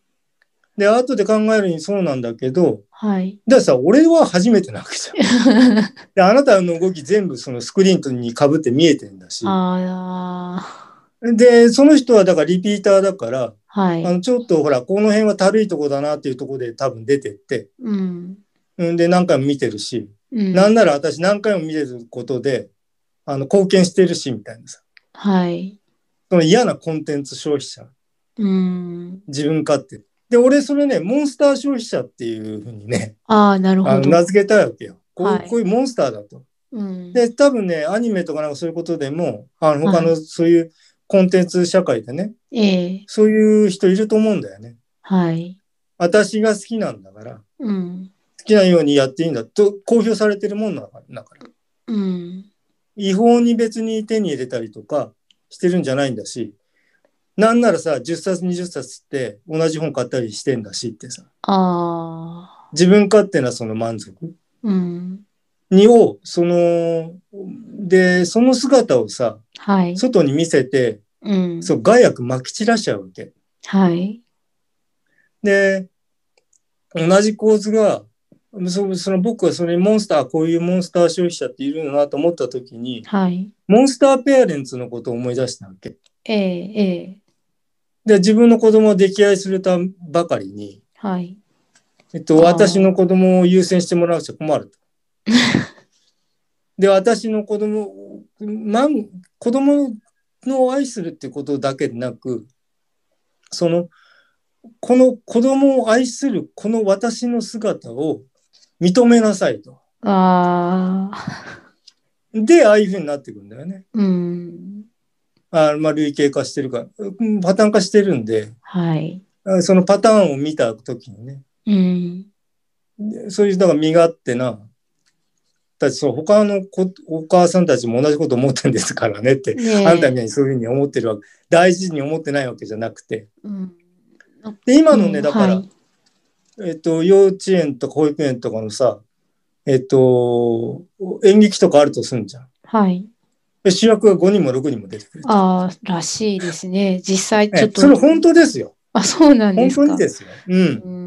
[SPEAKER 2] で、後で考えるにそうなんだけど、
[SPEAKER 1] はい。
[SPEAKER 2] だからさ、俺は初めてなわけじゃん。で、あなたの動き全部そのスクリーンに被って見えてんだし。
[SPEAKER 1] ああ。
[SPEAKER 2] で、その人はだからリピーターだから、
[SPEAKER 1] はい。
[SPEAKER 2] あのちょっとほら、この辺はたるいとこだなっていうとこで多分出てって、
[SPEAKER 1] うん。
[SPEAKER 2] うんで、何回も見てるし、
[SPEAKER 1] うん。
[SPEAKER 2] なんなら私何回も見てることで、あの、貢献してるし、みたいなさ。
[SPEAKER 1] はい。
[SPEAKER 2] その嫌なコンテンツ消費者、
[SPEAKER 1] うん。
[SPEAKER 2] 自分勝手。で、俺それね、モンスター消費者っていうふうにね、
[SPEAKER 1] ああ、なるほ
[SPEAKER 2] あの
[SPEAKER 1] ど。
[SPEAKER 2] 名付けたいわけよ。こう,、
[SPEAKER 1] はい
[SPEAKER 2] こういうモンスターだと。
[SPEAKER 1] うん。
[SPEAKER 2] で、多分ね、アニメとかなんかそういうことでも、あの、
[SPEAKER 1] はい
[SPEAKER 2] 他のそういうコンテンツ社会でね、
[SPEAKER 1] ええ。
[SPEAKER 2] そういう人いると思うんだよね。
[SPEAKER 1] はい。
[SPEAKER 2] 私が好きなんだから、
[SPEAKER 1] うん。
[SPEAKER 2] 好きなようにやっていいんだと、公表されてるもんなんだから。
[SPEAKER 1] うん。
[SPEAKER 2] 違法に別に手に入れたりとかしてるんじゃないんだし、なんならさ、10冊20冊って同じ本買ったりしてんだしってさ、
[SPEAKER 1] ああ。
[SPEAKER 2] 自分勝手なその満足
[SPEAKER 1] うん。
[SPEAKER 2] にを、その、で、その姿をさ、
[SPEAKER 1] はい。
[SPEAKER 2] 外に見せて、
[SPEAKER 1] うん。
[SPEAKER 2] そう、害悪撒き散らしちゃうわけ。
[SPEAKER 1] はい。
[SPEAKER 2] で、同じ構図が、そその僕はそれモンスター、こういうモンスター消費者っているんだなと思った時に、
[SPEAKER 1] はい。
[SPEAKER 2] モンスターペアレンツのことを思い出したわけ。
[SPEAKER 1] ええ、ええ。
[SPEAKER 2] で自分の子供を溺愛するたばかりに、
[SPEAKER 1] はい。
[SPEAKER 2] えっと、
[SPEAKER 1] あー
[SPEAKER 2] 私の子供を優先してもらうと
[SPEAKER 1] (laughs)
[SPEAKER 2] 困ると。で私の子供をまん子供のを愛するってことだけでなくそのこの子供を愛するこの私の姿を認めなさいと。
[SPEAKER 1] ああ。
[SPEAKER 2] でああいうふうになってくんだよね。
[SPEAKER 1] うん。
[SPEAKER 2] あーまあ類型化してるからうんパターン化してるんで
[SPEAKER 1] はい。
[SPEAKER 2] あそのパターンを見た時にね
[SPEAKER 1] うん。
[SPEAKER 2] でそういう、だから身勝手な、だってそう、他の子お母さんたちも同じこと思ってんですからねって、
[SPEAKER 1] ねえ
[SPEAKER 2] あんたみたいにそういうふうに思ってるわけ、大事に思ってないわけじゃなくて、
[SPEAKER 1] うん。
[SPEAKER 2] で今のねだから、
[SPEAKER 1] はい
[SPEAKER 2] えっと、幼稚園とか保育園とかのさ、えっと、演劇とかあるとすんじゃん。
[SPEAKER 1] はい。
[SPEAKER 2] で主役が5人も6人も出てくる。
[SPEAKER 1] ああ、らしいですね。実際ちょ
[SPEAKER 2] え
[SPEAKER 1] っと。
[SPEAKER 2] それ本当ですよ。
[SPEAKER 1] あ、そうなんで
[SPEAKER 2] 本
[SPEAKER 1] す
[SPEAKER 2] 当
[SPEAKER 1] か。
[SPEAKER 2] にですよ。うん。
[SPEAKER 1] うーん。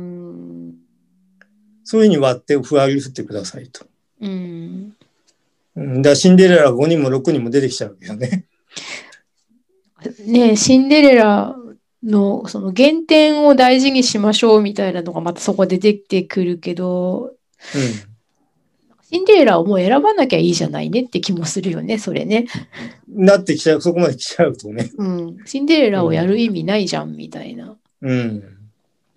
[SPEAKER 2] そういうふうに割って、ふわり振ってくださいと。
[SPEAKER 1] うん。
[SPEAKER 2] うん、だからシンデレラが5人も6人も出てきちゃうけどね。
[SPEAKER 1] ねえシンデレラのその原点を大事にしましょうみたいなのがまたそこで出てくるけど、シンデレラをもう選ばなきゃいいじゃないねって気もするよね、それね。
[SPEAKER 2] うん。なってきちゃう、そこまで来ちゃうとね。
[SPEAKER 1] うん。シンデレラをやる意味ないじゃんみたいな。
[SPEAKER 2] うん。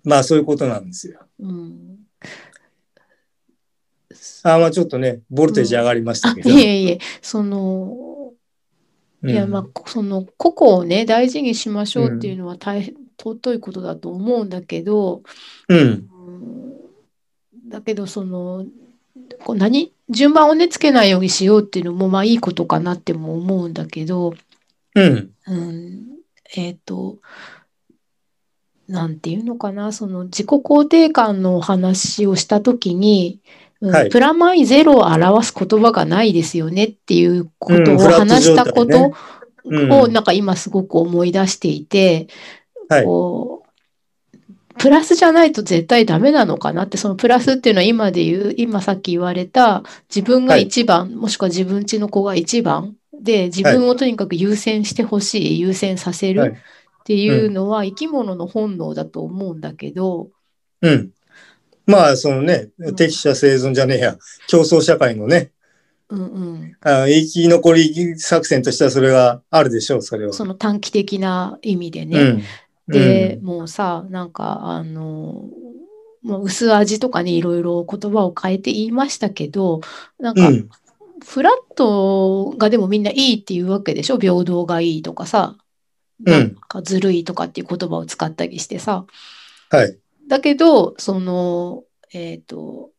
[SPEAKER 2] まあそういうことなんですよ。
[SPEAKER 1] うん。
[SPEAKER 2] あーまあちょっとね、ボルテージ上がりました
[SPEAKER 1] あ、
[SPEAKER 2] け
[SPEAKER 1] い
[SPEAKER 2] ど。
[SPEAKER 1] えいえ、その、いや、まあ、こその個々をね、大事にしましょうっていうのは大変、尊いことだと思うんだけど、
[SPEAKER 2] うん。うん。
[SPEAKER 1] うんだけど、その、こう何順番をね、つけないようにしようっていうのも、まあいいことかなっても思うんだけど、
[SPEAKER 2] うん。
[SPEAKER 1] うん、えっと、なんていうのかな、その自己肯定感のお話をしたときに、うん
[SPEAKER 2] はい
[SPEAKER 1] プラマイゼロを表す言葉がないですよねっていうことを
[SPEAKER 2] うんフラット
[SPEAKER 1] 話した
[SPEAKER 2] 状態
[SPEAKER 1] こ
[SPEAKER 2] ね
[SPEAKER 1] と
[SPEAKER 2] うん
[SPEAKER 1] をなんか今すごく思い出していて、
[SPEAKER 2] はい
[SPEAKER 1] こうプラスじゃないと絶対ダメなのかなってそのプラスっていうのは今で言う今さっき言われた自分が
[SPEAKER 2] はい
[SPEAKER 1] 一番、もしくは自分ちの子が一番で自分をとにかく優先してほしい、優先させ
[SPEAKER 2] はい
[SPEAKER 1] るっていうのは生き物の本能だと思うんだけど、
[SPEAKER 2] うん。まあ、そのね
[SPEAKER 1] ん、
[SPEAKER 2] 適者生存じゃねえや、競争社会のね、
[SPEAKER 1] うんうん、
[SPEAKER 2] あ生き残り作戦としてはそれがあるでしょう、それは。
[SPEAKER 1] その短期的な意味でね。
[SPEAKER 2] うん。
[SPEAKER 1] で、もうさ、なんか、あの、もう薄味とかね、いろいろ言葉を変えて言いましたけど、なん
[SPEAKER 2] うん、う
[SPEAKER 1] か、
[SPEAKER 2] ん。
[SPEAKER 1] フラットがでもみんないいっていうわけでしょ平等がいいとかさ、なんかずるいとかっていう言葉を使ったりしてさ。
[SPEAKER 2] はい。
[SPEAKER 1] だけど、その、えっと、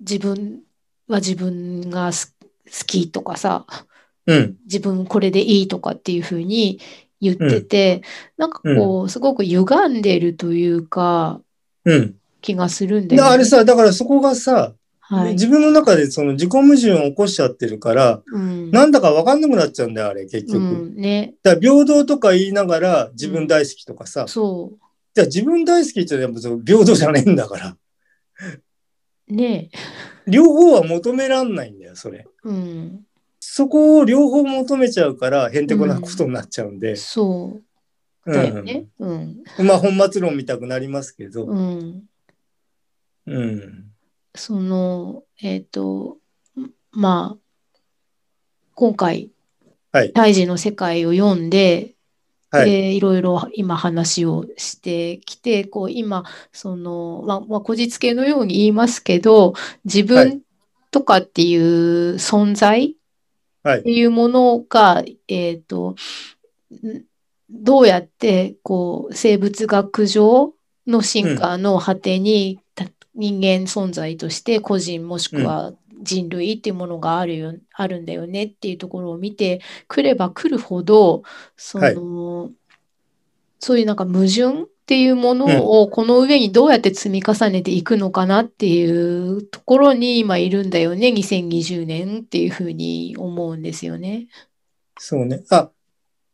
[SPEAKER 1] 自分は自分がす好きとかさ、
[SPEAKER 2] うん。
[SPEAKER 1] 自分これでいいとかっていうふうに言ってて、なんかこう、すごく歪んでるというか、
[SPEAKER 2] うん。
[SPEAKER 1] 気がするんだ
[SPEAKER 2] で
[SPEAKER 1] よね。
[SPEAKER 2] あれさ、だからそこがさ、
[SPEAKER 1] はい。
[SPEAKER 2] 自分の中でその自己矛盾を起こしちゃってるから、
[SPEAKER 1] うん、
[SPEAKER 2] なんだかわかんなくなっちゃうんだよ、あれ、結
[SPEAKER 1] う
[SPEAKER 2] 局。
[SPEAKER 1] ん、ね、
[SPEAKER 2] だから平等とか言いながら自分大好きとかさ、
[SPEAKER 1] そ
[SPEAKER 2] じゃあ自分大好きって言ったらやっぱ平等じゃねえんだから。
[SPEAKER 1] う、ね、
[SPEAKER 2] 両方は求めらんないんだよ、それ。
[SPEAKER 1] うん、
[SPEAKER 2] そこを両方求めちゃうから、へんてこなことになっちゃうんで。
[SPEAKER 1] そうう、
[SPEAKER 2] ん
[SPEAKER 1] だよね。うん、
[SPEAKER 2] まあ、本末論見たくなりますけど。
[SPEAKER 1] うん。
[SPEAKER 2] うん。
[SPEAKER 1] その、えっと、まあ、今回、
[SPEAKER 2] はい
[SPEAKER 1] 胎児の世界を読んで、
[SPEAKER 2] はい。
[SPEAKER 1] で、いろいろ今話をしてきて、こう今、その、まあ、まあ、こじつけのように言いますけど、自
[SPEAKER 2] はい
[SPEAKER 1] 分とかっていう存在
[SPEAKER 2] はい
[SPEAKER 1] っていうものが、えっと、んどうやって、こう、生物学上の進化の果てに、た人間存在として個人もしくは人類っていうものがあるよ、あるんだよねっていうところを見てくればくるほど、その、そういうなんか矛盾っていうものをこの上にどうやって積み重ねていくのかなっていうところに今いるんだよね、2020年っていうふうに思うんですよね。
[SPEAKER 2] そうね。あ、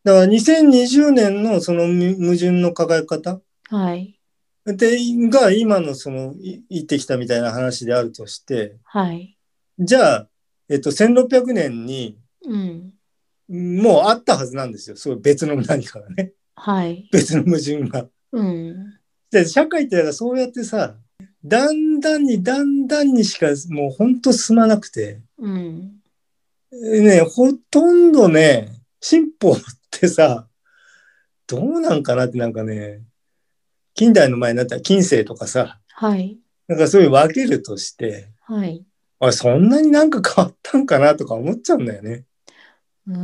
[SPEAKER 2] だから2020年のそのむ矛盾の輝き方
[SPEAKER 1] はい。
[SPEAKER 2] でが今のそのい言ってきたみたいな話であるとして、
[SPEAKER 1] はい。
[SPEAKER 2] じゃあ、えっと、1600年に
[SPEAKER 1] うん。
[SPEAKER 2] もうあったはずなんですよ。そういう別の何かがね。 (laughs)
[SPEAKER 1] はい。
[SPEAKER 2] 別の矛盾が。
[SPEAKER 1] うん。
[SPEAKER 2] で社会ってだからそうやってさ、だんだんにだんだんにしかもうほんと進まなくて。
[SPEAKER 1] うん。
[SPEAKER 2] ね、ほとんどね、進歩ってさ、どうなんかなってなんかね、近代の前になったら近世とかさ、
[SPEAKER 1] はい。
[SPEAKER 2] なんかそういう分けるとして、
[SPEAKER 1] はい。
[SPEAKER 2] あ、そんなになんか変わったんかなとか思っちゃうんだよね。
[SPEAKER 1] うー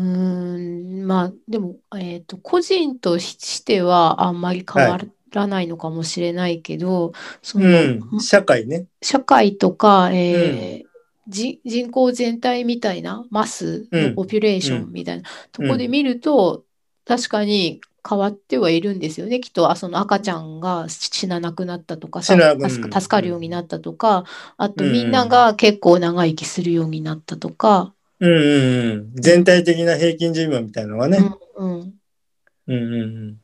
[SPEAKER 1] ん。まあ、でも、えっと、個人としてはあんまり変わらないのかもしれないけど、その、
[SPEAKER 2] うん。社会ね。
[SPEAKER 1] 社会とか、えーじ人口全体みたいなマス
[SPEAKER 2] う
[SPEAKER 1] の
[SPEAKER 2] ん
[SPEAKER 1] ポピュレーションみたいなとこで見ると、確かに変わってはいるんですよね。きっと、あ、その赤ちゃんが死ななくなったとか、
[SPEAKER 2] 死ななく
[SPEAKER 1] 助
[SPEAKER 2] うん
[SPEAKER 1] か助かるようになったとか、あと
[SPEAKER 2] うん
[SPEAKER 1] みんなが結構長生きするようになったとか、
[SPEAKER 2] うんうんうん。全体的な平均寿命みたいなのがね。
[SPEAKER 1] うん、うん、
[SPEAKER 2] うんうんうん。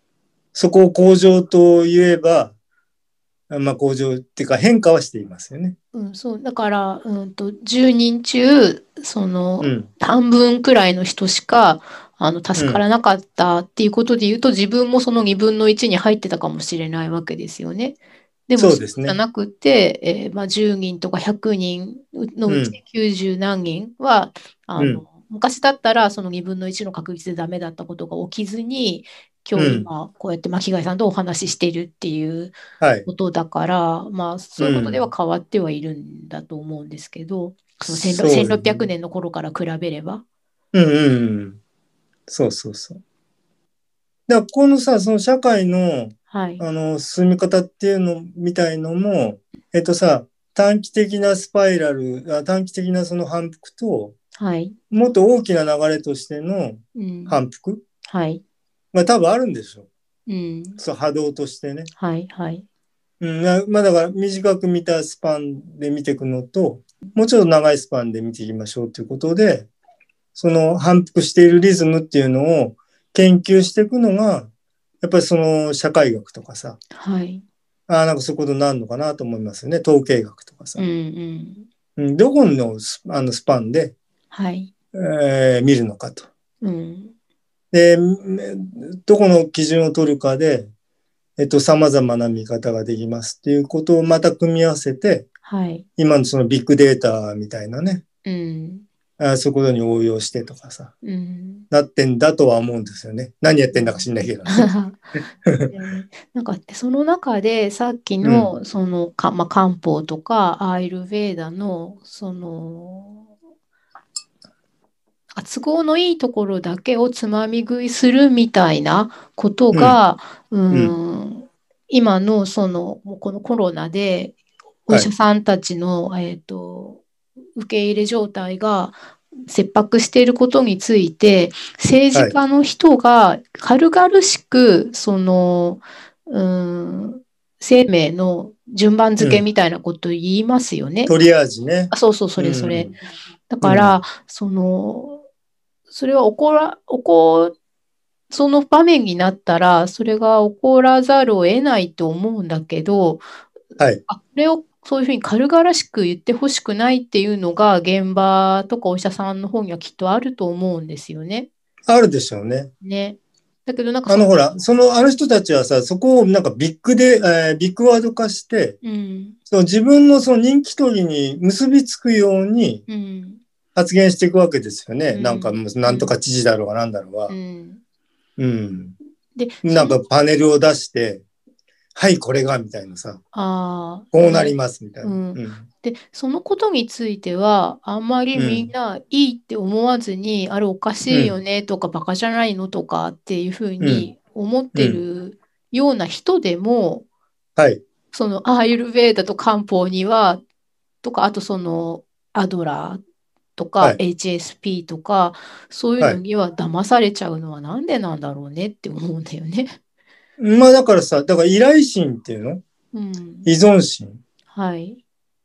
[SPEAKER 2] そこを向上と言えば、まあ向上っていうか変化はしていますよね。
[SPEAKER 1] うん、そう、だから、うんと、10人中、その
[SPEAKER 2] う、ん。
[SPEAKER 1] 半分くらいの人しか、あの、助からなかったっていうことで言うと、自分もその2分の1に入ってたかもしれないわけですよね。でも、
[SPEAKER 2] そうですね
[SPEAKER 1] じゃなくて、えーまあ、10人とか100人のうち90何人は、あの、
[SPEAKER 2] うん
[SPEAKER 1] 昔だったら、その2分の1の確率でダメだったことが起きずに、今
[SPEAKER 2] うん
[SPEAKER 1] 日今、こうやって巻貝さんとお話ししてるっていう
[SPEAKER 2] はい。
[SPEAKER 1] ことだから、まあ、そういうことでは変わってはいるんだと思うんですけど、その
[SPEAKER 2] そうですね
[SPEAKER 1] 1600 1600年の頃から比べれば。
[SPEAKER 2] うんうんうん。そうそうそう。だからここのさ、その社会の、
[SPEAKER 1] はい。
[SPEAKER 2] あの、進み方っていうのみたいのも、えっとさ、短期的なスパイラル、あ短期的なその反復と、
[SPEAKER 1] はい。
[SPEAKER 2] もっと大きな流れとしての
[SPEAKER 1] うん。
[SPEAKER 2] 反復
[SPEAKER 1] はい。
[SPEAKER 2] が多分あるんでしょ
[SPEAKER 1] うん。
[SPEAKER 2] そう、波動としてね。
[SPEAKER 1] はい。はい。
[SPEAKER 2] うん、なまあだから短く見たスパンで見ていくのと、もうちょっと長いスパンで見ていきましょうということで、その反復しているリズムっていうのを研究していくのが、やっぱりその社会学とかさ、
[SPEAKER 1] はい。
[SPEAKER 2] ああ、なんかそういうことになるのかなと思いますよね。統計学とかさ
[SPEAKER 1] うん。。うん。
[SPEAKER 2] うん、どこのスあのスパンで、
[SPEAKER 1] はい。
[SPEAKER 2] えー見るのかと。
[SPEAKER 1] うん。
[SPEAKER 2] で、んどこの基準を取るかで、えっと、様々な見方ができますっていうことをまた組み合わせて、
[SPEAKER 1] はい。
[SPEAKER 2] 今のそのビッグデータみたいなね、
[SPEAKER 1] うん。
[SPEAKER 2] あそういうことに応用してとかさ、
[SPEAKER 1] うん。
[SPEAKER 2] なってんだとは思うんですよね。何やってんだか知んないけど。
[SPEAKER 1] なんかその中でさっきのそのか、まあ、漢方とかアーユルヴェーダのそのあ都合のいいところだけをつまみ食いするみたいなことが、うーん今のそのもうこのコロナでお
[SPEAKER 2] はい
[SPEAKER 1] 医者さんたちの、えー、と受け入れ状態が切迫していることについて政治家の人が軽々しくその、うーん生命の順番付けみたいなことを言いますよね。
[SPEAKER 2] とりあえずね。
[SPEAKER 1] あそうそうそれそれ。
[SPEAKER 2] うん
[SPEAKER 1] だから、その、それは起こら、起こ、その場面になったら、それが起こらざるを得ないと思うんだけど、
[SPEAKER 2] はい。
[SPEAKER 1] あ、これをそういうふうに軽々しく言ってほしくないっていうのが、現場とかお医者さんの方にはきっとあると思うんですよね。
[SPEAKER 2] あるでしょうね。
[SPEAKER 1] ね。だけどなんか
[SPEAKER 2] あの
[SPEAKER 1] そ
[SPEAKER 2] ほら、その、あの人たちはさ、そこをなんかビッグで、えービッグワード化して、
[SPEAKER 1] うん、
[SPEAKER 2] その自分のその人気取りに結びつくように
[SPEAKER 1] うん、
[SPEAKER 2] 発言していくわけですよね。
[SPEAKER 1] うん
[SPEAKER 2] なんか、なんとか知事だろうがなんだろうが。
[SPEAKER 1] うん。
[SPEAKER 2] うん。
[SPEAKER 1] で、
[SPEAKER 2] なん
[SPEAKER 1] そ
[SPEAKER 2] か
[SPEAKER 1] の、
[SPEAKER 2] パネルを出して、はい、これが、みたいなさ。
[SPEAKER 1] ああ、
[SPEAKER 2] こうなりますみたいな。
[SPEAKER 1] うん
[SPEAKER 2] うん
[SPEAKER 1] で、そのことについては、あんまりみんないいって思わずに、あれおかしいよねとか、バカじゃないのとかっていうふうに思ってるような人でも、
[SPEAKER 2] はい。
[SPEAKER 1] そのアーユルヴェーダと漢方には、とか、あとそのアドラーと
[SPEAKER 2] は
[SPEAKER 1] か
[SPEAKER 2] い
[SPEAKER 1] HSP とか、そういうのには騙されちゃうのはなんでなんだろうねって思うんだよね。
[SPEAKER 2] まあだからさ、だから依頼心っていうの
[SPEAKER 1] うん。
[SPEAKER 2] 依存心。
[SPEAKER 1] はい。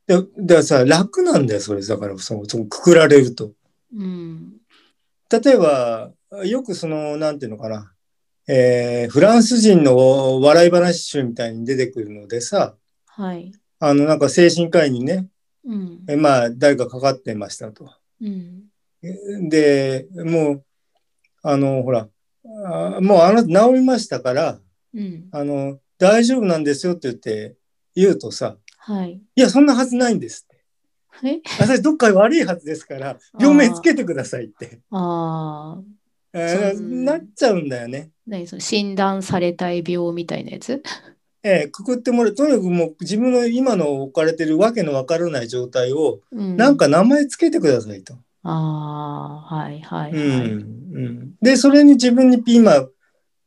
[SPEAKER 2] で、だからさ、楽なんだよ、それ。だから、その、そのくくられると。
[SPEAKER 1] うん。
[SPEAKER 2] 例えば、よくその、なんていうのかな。えーフランス人の笑い話集みたいに出てくるのでさ、
[SPEAKER 1] はい。
[SPEAKER 2] あの、なんか精神科医にね、
[SPEAKER 1] うん。
[SPEAKER 2] えまあ、誰かかかってましたと。
[SPEAKER 1] うん。
[SPEAKER 2] で、もう、あの、ほら、あもうあなた治りましたから、
[SPEAKER 1] うん。
[SPEAKER 2] あの、大丈夫なんですよって言って、言うとさ、
[SPEAKER 1] はい。
[SPEAKER 2] いや、そんなはずないんですって。
[SPEAKER 1] え
[SPEAKER 2] 私、どっか悪いはずですから、
[SPEAKER 1] ー
[SPEAKER 2] 病名つけてくださいって。
[SPEAKER 1] ああ、
[SPEAKER 2] えー
[SPEAKER 1] そう
[SPEAKER 2] なっちゃうんだよね。
[SPEAKER 1] 何その診断されたい病みたいなやつ
[SPEAKER 2] えーくくってもらう。とにかくもう自分の今の置かれてるわけのわからない状態を、
[SPEAKER 1] うん。
[SPEAKER 2] なんか名前つけてくださいと。
[SPEAKER 1] ああ、はいはい
[SPEAKER 2] うん
[SPEAKER 1] はい。
[SPEAKER 2] うんで、それに自分に今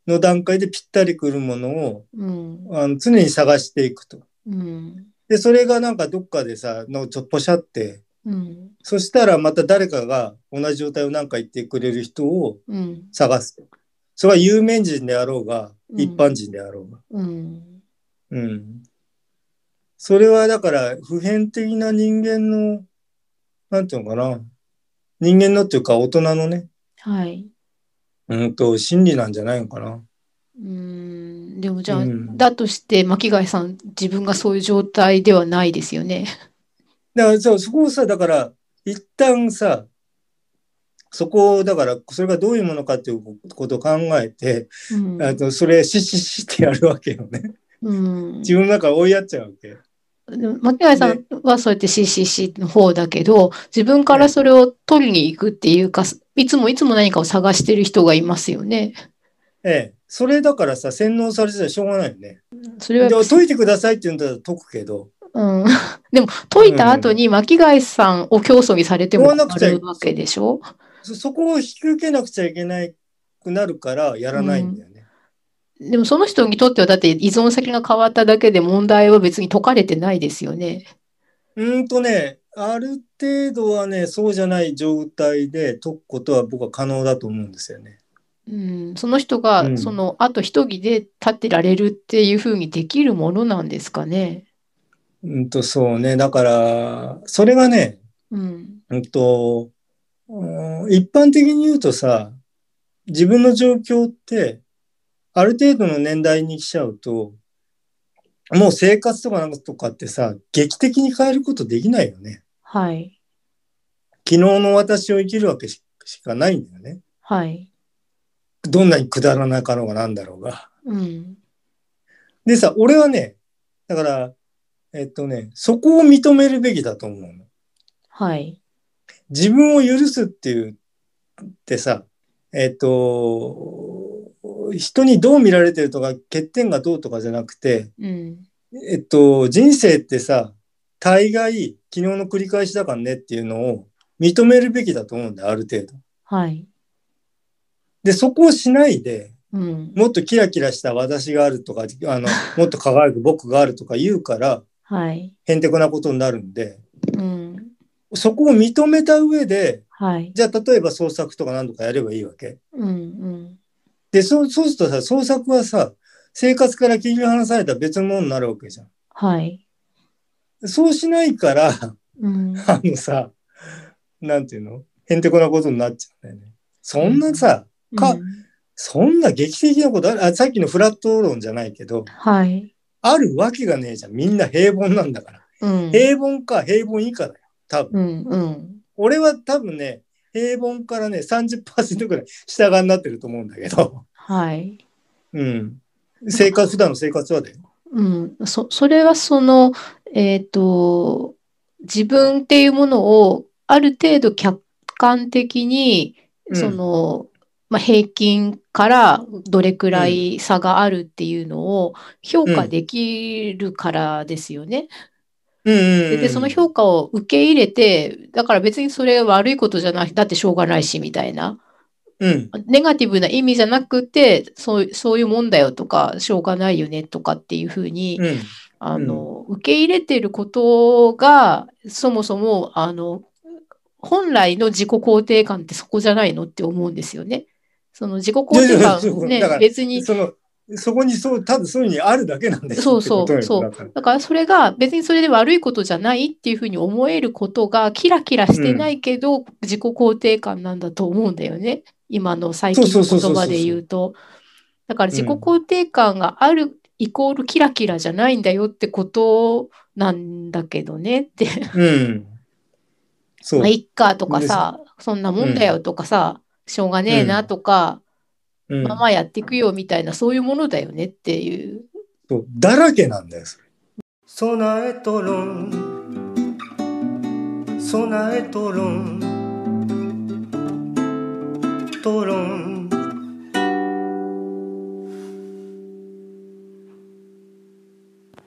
[SPEAKER 2] の段階でぴったりくるものを
[SPEAKER 1] うん。
[SPEAKER 2] あの常に探していくと。
[SPEAKER 1] うん。
[SPEAKER 2] で、それがなんかどっかでさ、のちょっとポシャって、
[SPEAKER 1] うん。
[SPEAKER 2] そしたらまた誰かが同じ状態を何か言ってくれる人を
[SPEAKER 1] うん。
[SPEAKER 2] 探す。それは有名人であろうが、
[SPEAKER 1] うん
[SPEAKER 2] 一般人であろうが。
[SPEAKER 1] うん。
[SPEAKER 2] うん。それはだから、普遍的な人間の、なんていうのかな。人間のっていうか、大人のね、
[SPEAKER 1] はい。
[SPEAKER 2] うんと、心理なんじゃないのかな。
[SPEAKER 1] うん。でもじゃあ、
[SPEAKER 2] うん
[SPEAKER 1] だとして巻貝さん、自分がそういう状態ではないですよね。
[SPEAKER 2] だからそうそこをさ、だから、一旦さ、そこを、だから、それがどういうものかっていうことを考えて、
[SPEAKER 1] うん。
[SPEAKER 2] あとそれ、シシシってやるわけよね。
[SPEAKER 1] うん。
[SPEAKER 2] 自分の中追いやっちゃうわけ。
[SPEAKER 1] でも巻貝さんはそうやって CCC の方だけど、自分からそれを取りに行くっていうか、いつもいつも何かを探してる人がいますよね。
[SPEAKER 2] ええ。それだからさ、洗脳されてたらしょうがないよね。
[SPEAKER 1] それは
[SPEAKER 2] で
[SPEAKER 1] やっぱ
[SPEAKER 2] 解いてくださいって言うんだったら解くけど、
[SPEAKER 1] うん、 (laughs) でも解いた後に巻貝さんを競争にされても
[SPEAKER 2] 言わなくちゃ
[SPEAKER 1] 困
[SPEAKER 2] い
[SPEAKER 1] るわけでしょ
[SPEAKER 2] そそこを引き受けなくちゃいけなくなるからやらないんだよね。
[SPEAKER 1] でもその人にとってはだって依存先が変わっただけで問題は別に解かれてないですよね。
[SPEAKER 2] うんんとね、ある程度はね、そうじゃない状態で解くことは僕は可能だと思うんですよね。
[SPEAKER 1] うん、その人
[SPEAKER 2] う
[SPEAKER 1] が
[SPEAKER 2] ん
[SPEAKER 1] そのあと一人で立ってられるっていうふうにできるものなんですかね。
[SPEAKER 2] うんと、そうね。だから、それがね、
[SPEAKER 1] うん、
[SPEAKER 2] うんと、うん一般的に言うとさ、自分の状況って、ある程度の年代に来ちゃうと、もう生活とかなんかとかってさ、劇的に変えることできないよね。
[SPEAKER 1] はい、
[SPEAKER 2] 昨日の私を生きるわけししかないんだよね。
[SPEAKER 1] はい、
[SPEAKER 2] どんなにくだらなかろうがなんだろうが。
[SPEAKER 1] うん、
[SPEAKER 2] でさ、俺はね、だから、えっとね、そこを認めるべきだと思うの。
[SPEAKER 1] はい、
[SPEAKER 2] 自分を許すっていうってさ、えっと、人にどう見られてるとか、欠点がどうとかじゃなくて、
[SPEAKER 1] うん、
[SPEAKER 2] えっと、人生ってさ、大概、昨日の繰り返しだからねっていうのを認めるべきだと思うんだよ、ある程度。
[SPEAKER 1] はい、
[SPEAKER 2] で、そこをしないで、
[SPEAKER 1] うん、
[SPEAKER 2] もっとキラキラした私があるとか、あの、もっと輝く僕があるとか言うから、
[SPEAKER 1] はい、
[SPEAKER 2] へんてこなことになるんで、
[SPEAKER 1] うん、
[SPEAKER 2] そこを認めた上で、
[SPEAKER 1] はい、
[SPEAKER 2] じゃあ例えば創作とか何とかやればいいわけ。
[SPEAKER 1] うん、うん、
[SPEAKER 2] で、そう、そうするとさ、創作はさ、生活から切り離された別のものになるわけじゃん。
[SPEAKER 1] はい、
[SPEAKER 2] そうしないから、 (laughs)
[SPEAKER 1] うん。
[SPEAKER 2] あのさ、なんていうのへんてこなことになっちゃうんだよね。そんなさ、か
[SPEAKER 1] うん
[SPEAKER 2] そんな劇的なことあるあ、さっきのフラット論じゃないけど、
[SPEAKER 1] はい、
[SPEAKER 2] あるわけがねえじゃん。みんな平凡なんだから。
[SPEAKER 1] うん、
[SPEAKER 2] 平凡か平凡以下だよ。多
[SPEAKER 1] う
[SPEAKER 2] 分。
[SPEAKER 1] ん、うん。
[SPEAKER 2] 俺は多分ね、平凡からね、30%ぐらい下がになってると思うんだけど。
[SPEAKER 1] はい。
[SPEAKER 2] うん。生活、普段の生活はだよ。
[SPEAKER 1] うん。そ、それはその、えっと、自分っていうものをある程度客観的に、
[SPEAKER 2] うん
[SPEAKER 1] その、まあ、平均からどれくらい差があるっていうのを評価できるからですよね。
[SPEAKER 2] うんうんう
[SPEAKER 1] で、
[SPEAKER 2] ん
[SPEAKER 1] でその評価を受け入れて、だから別にそれ悪いことじゃない、だってしょうがないしみたいな。
[SPEAKER 2] うん。
[SPEAKER 1] ネガティブな意味じゃなくて、そう、そういうもんだよとか、しょうがないよねとかっていうふうに、
[SPEAKER 2] うん。
[SPEAKER 1] あの、受け入れていることが、そもそも、あの、本来の自己肯定感ってそこじゃないのって思うんですよね。その自己肯定
[SPEAKER 2] いやいや
[SPEAKER 1] 感
[SPEAKER 2] そういうこと
[SPEAKER 1] ね
[SPEAKER 2] だから、
[SPEAKER 1] 別に、
[SPEAKER 2] その、そこにそう、ただそういうふうにあるだけなんです
[SPEAKER 1] そうそう
[SPEAKER 2] ってことよ
[SPEAKER 1] そう
[SPEAKER 2] だから
[SPEAKER 1] だからそれが別にそれで悪いことじゃないっていうふうに思えることが、キラキラしてないけど、自己肯定感なんだと思うんだよね。今の最近
[SPEAKER 2] そう
[SPEAKER 1] の
[SPEAKER 2] そうそうそ
[SPEAKER 1] 言
[SPEAKER 2] うそう
[SPEAKER 1] 葉で言うと。だから自己肯定感があるイコールキラキラじゃないんだよってことなんだけどねって。
[SPEAKER 2] うん。そう。
[SPEAKER 1] まあ、いっかとかさ、そんなもんだよとかさ、しょうがねえなとか、
[SPEAKER 2] うん
[SPEAKER 1] まあまあやっていくよみたいな、そういうものだよねっていう。
[SPEAKER 2] そうだらけなんだよ、それ。備えと論。備えと論。と論。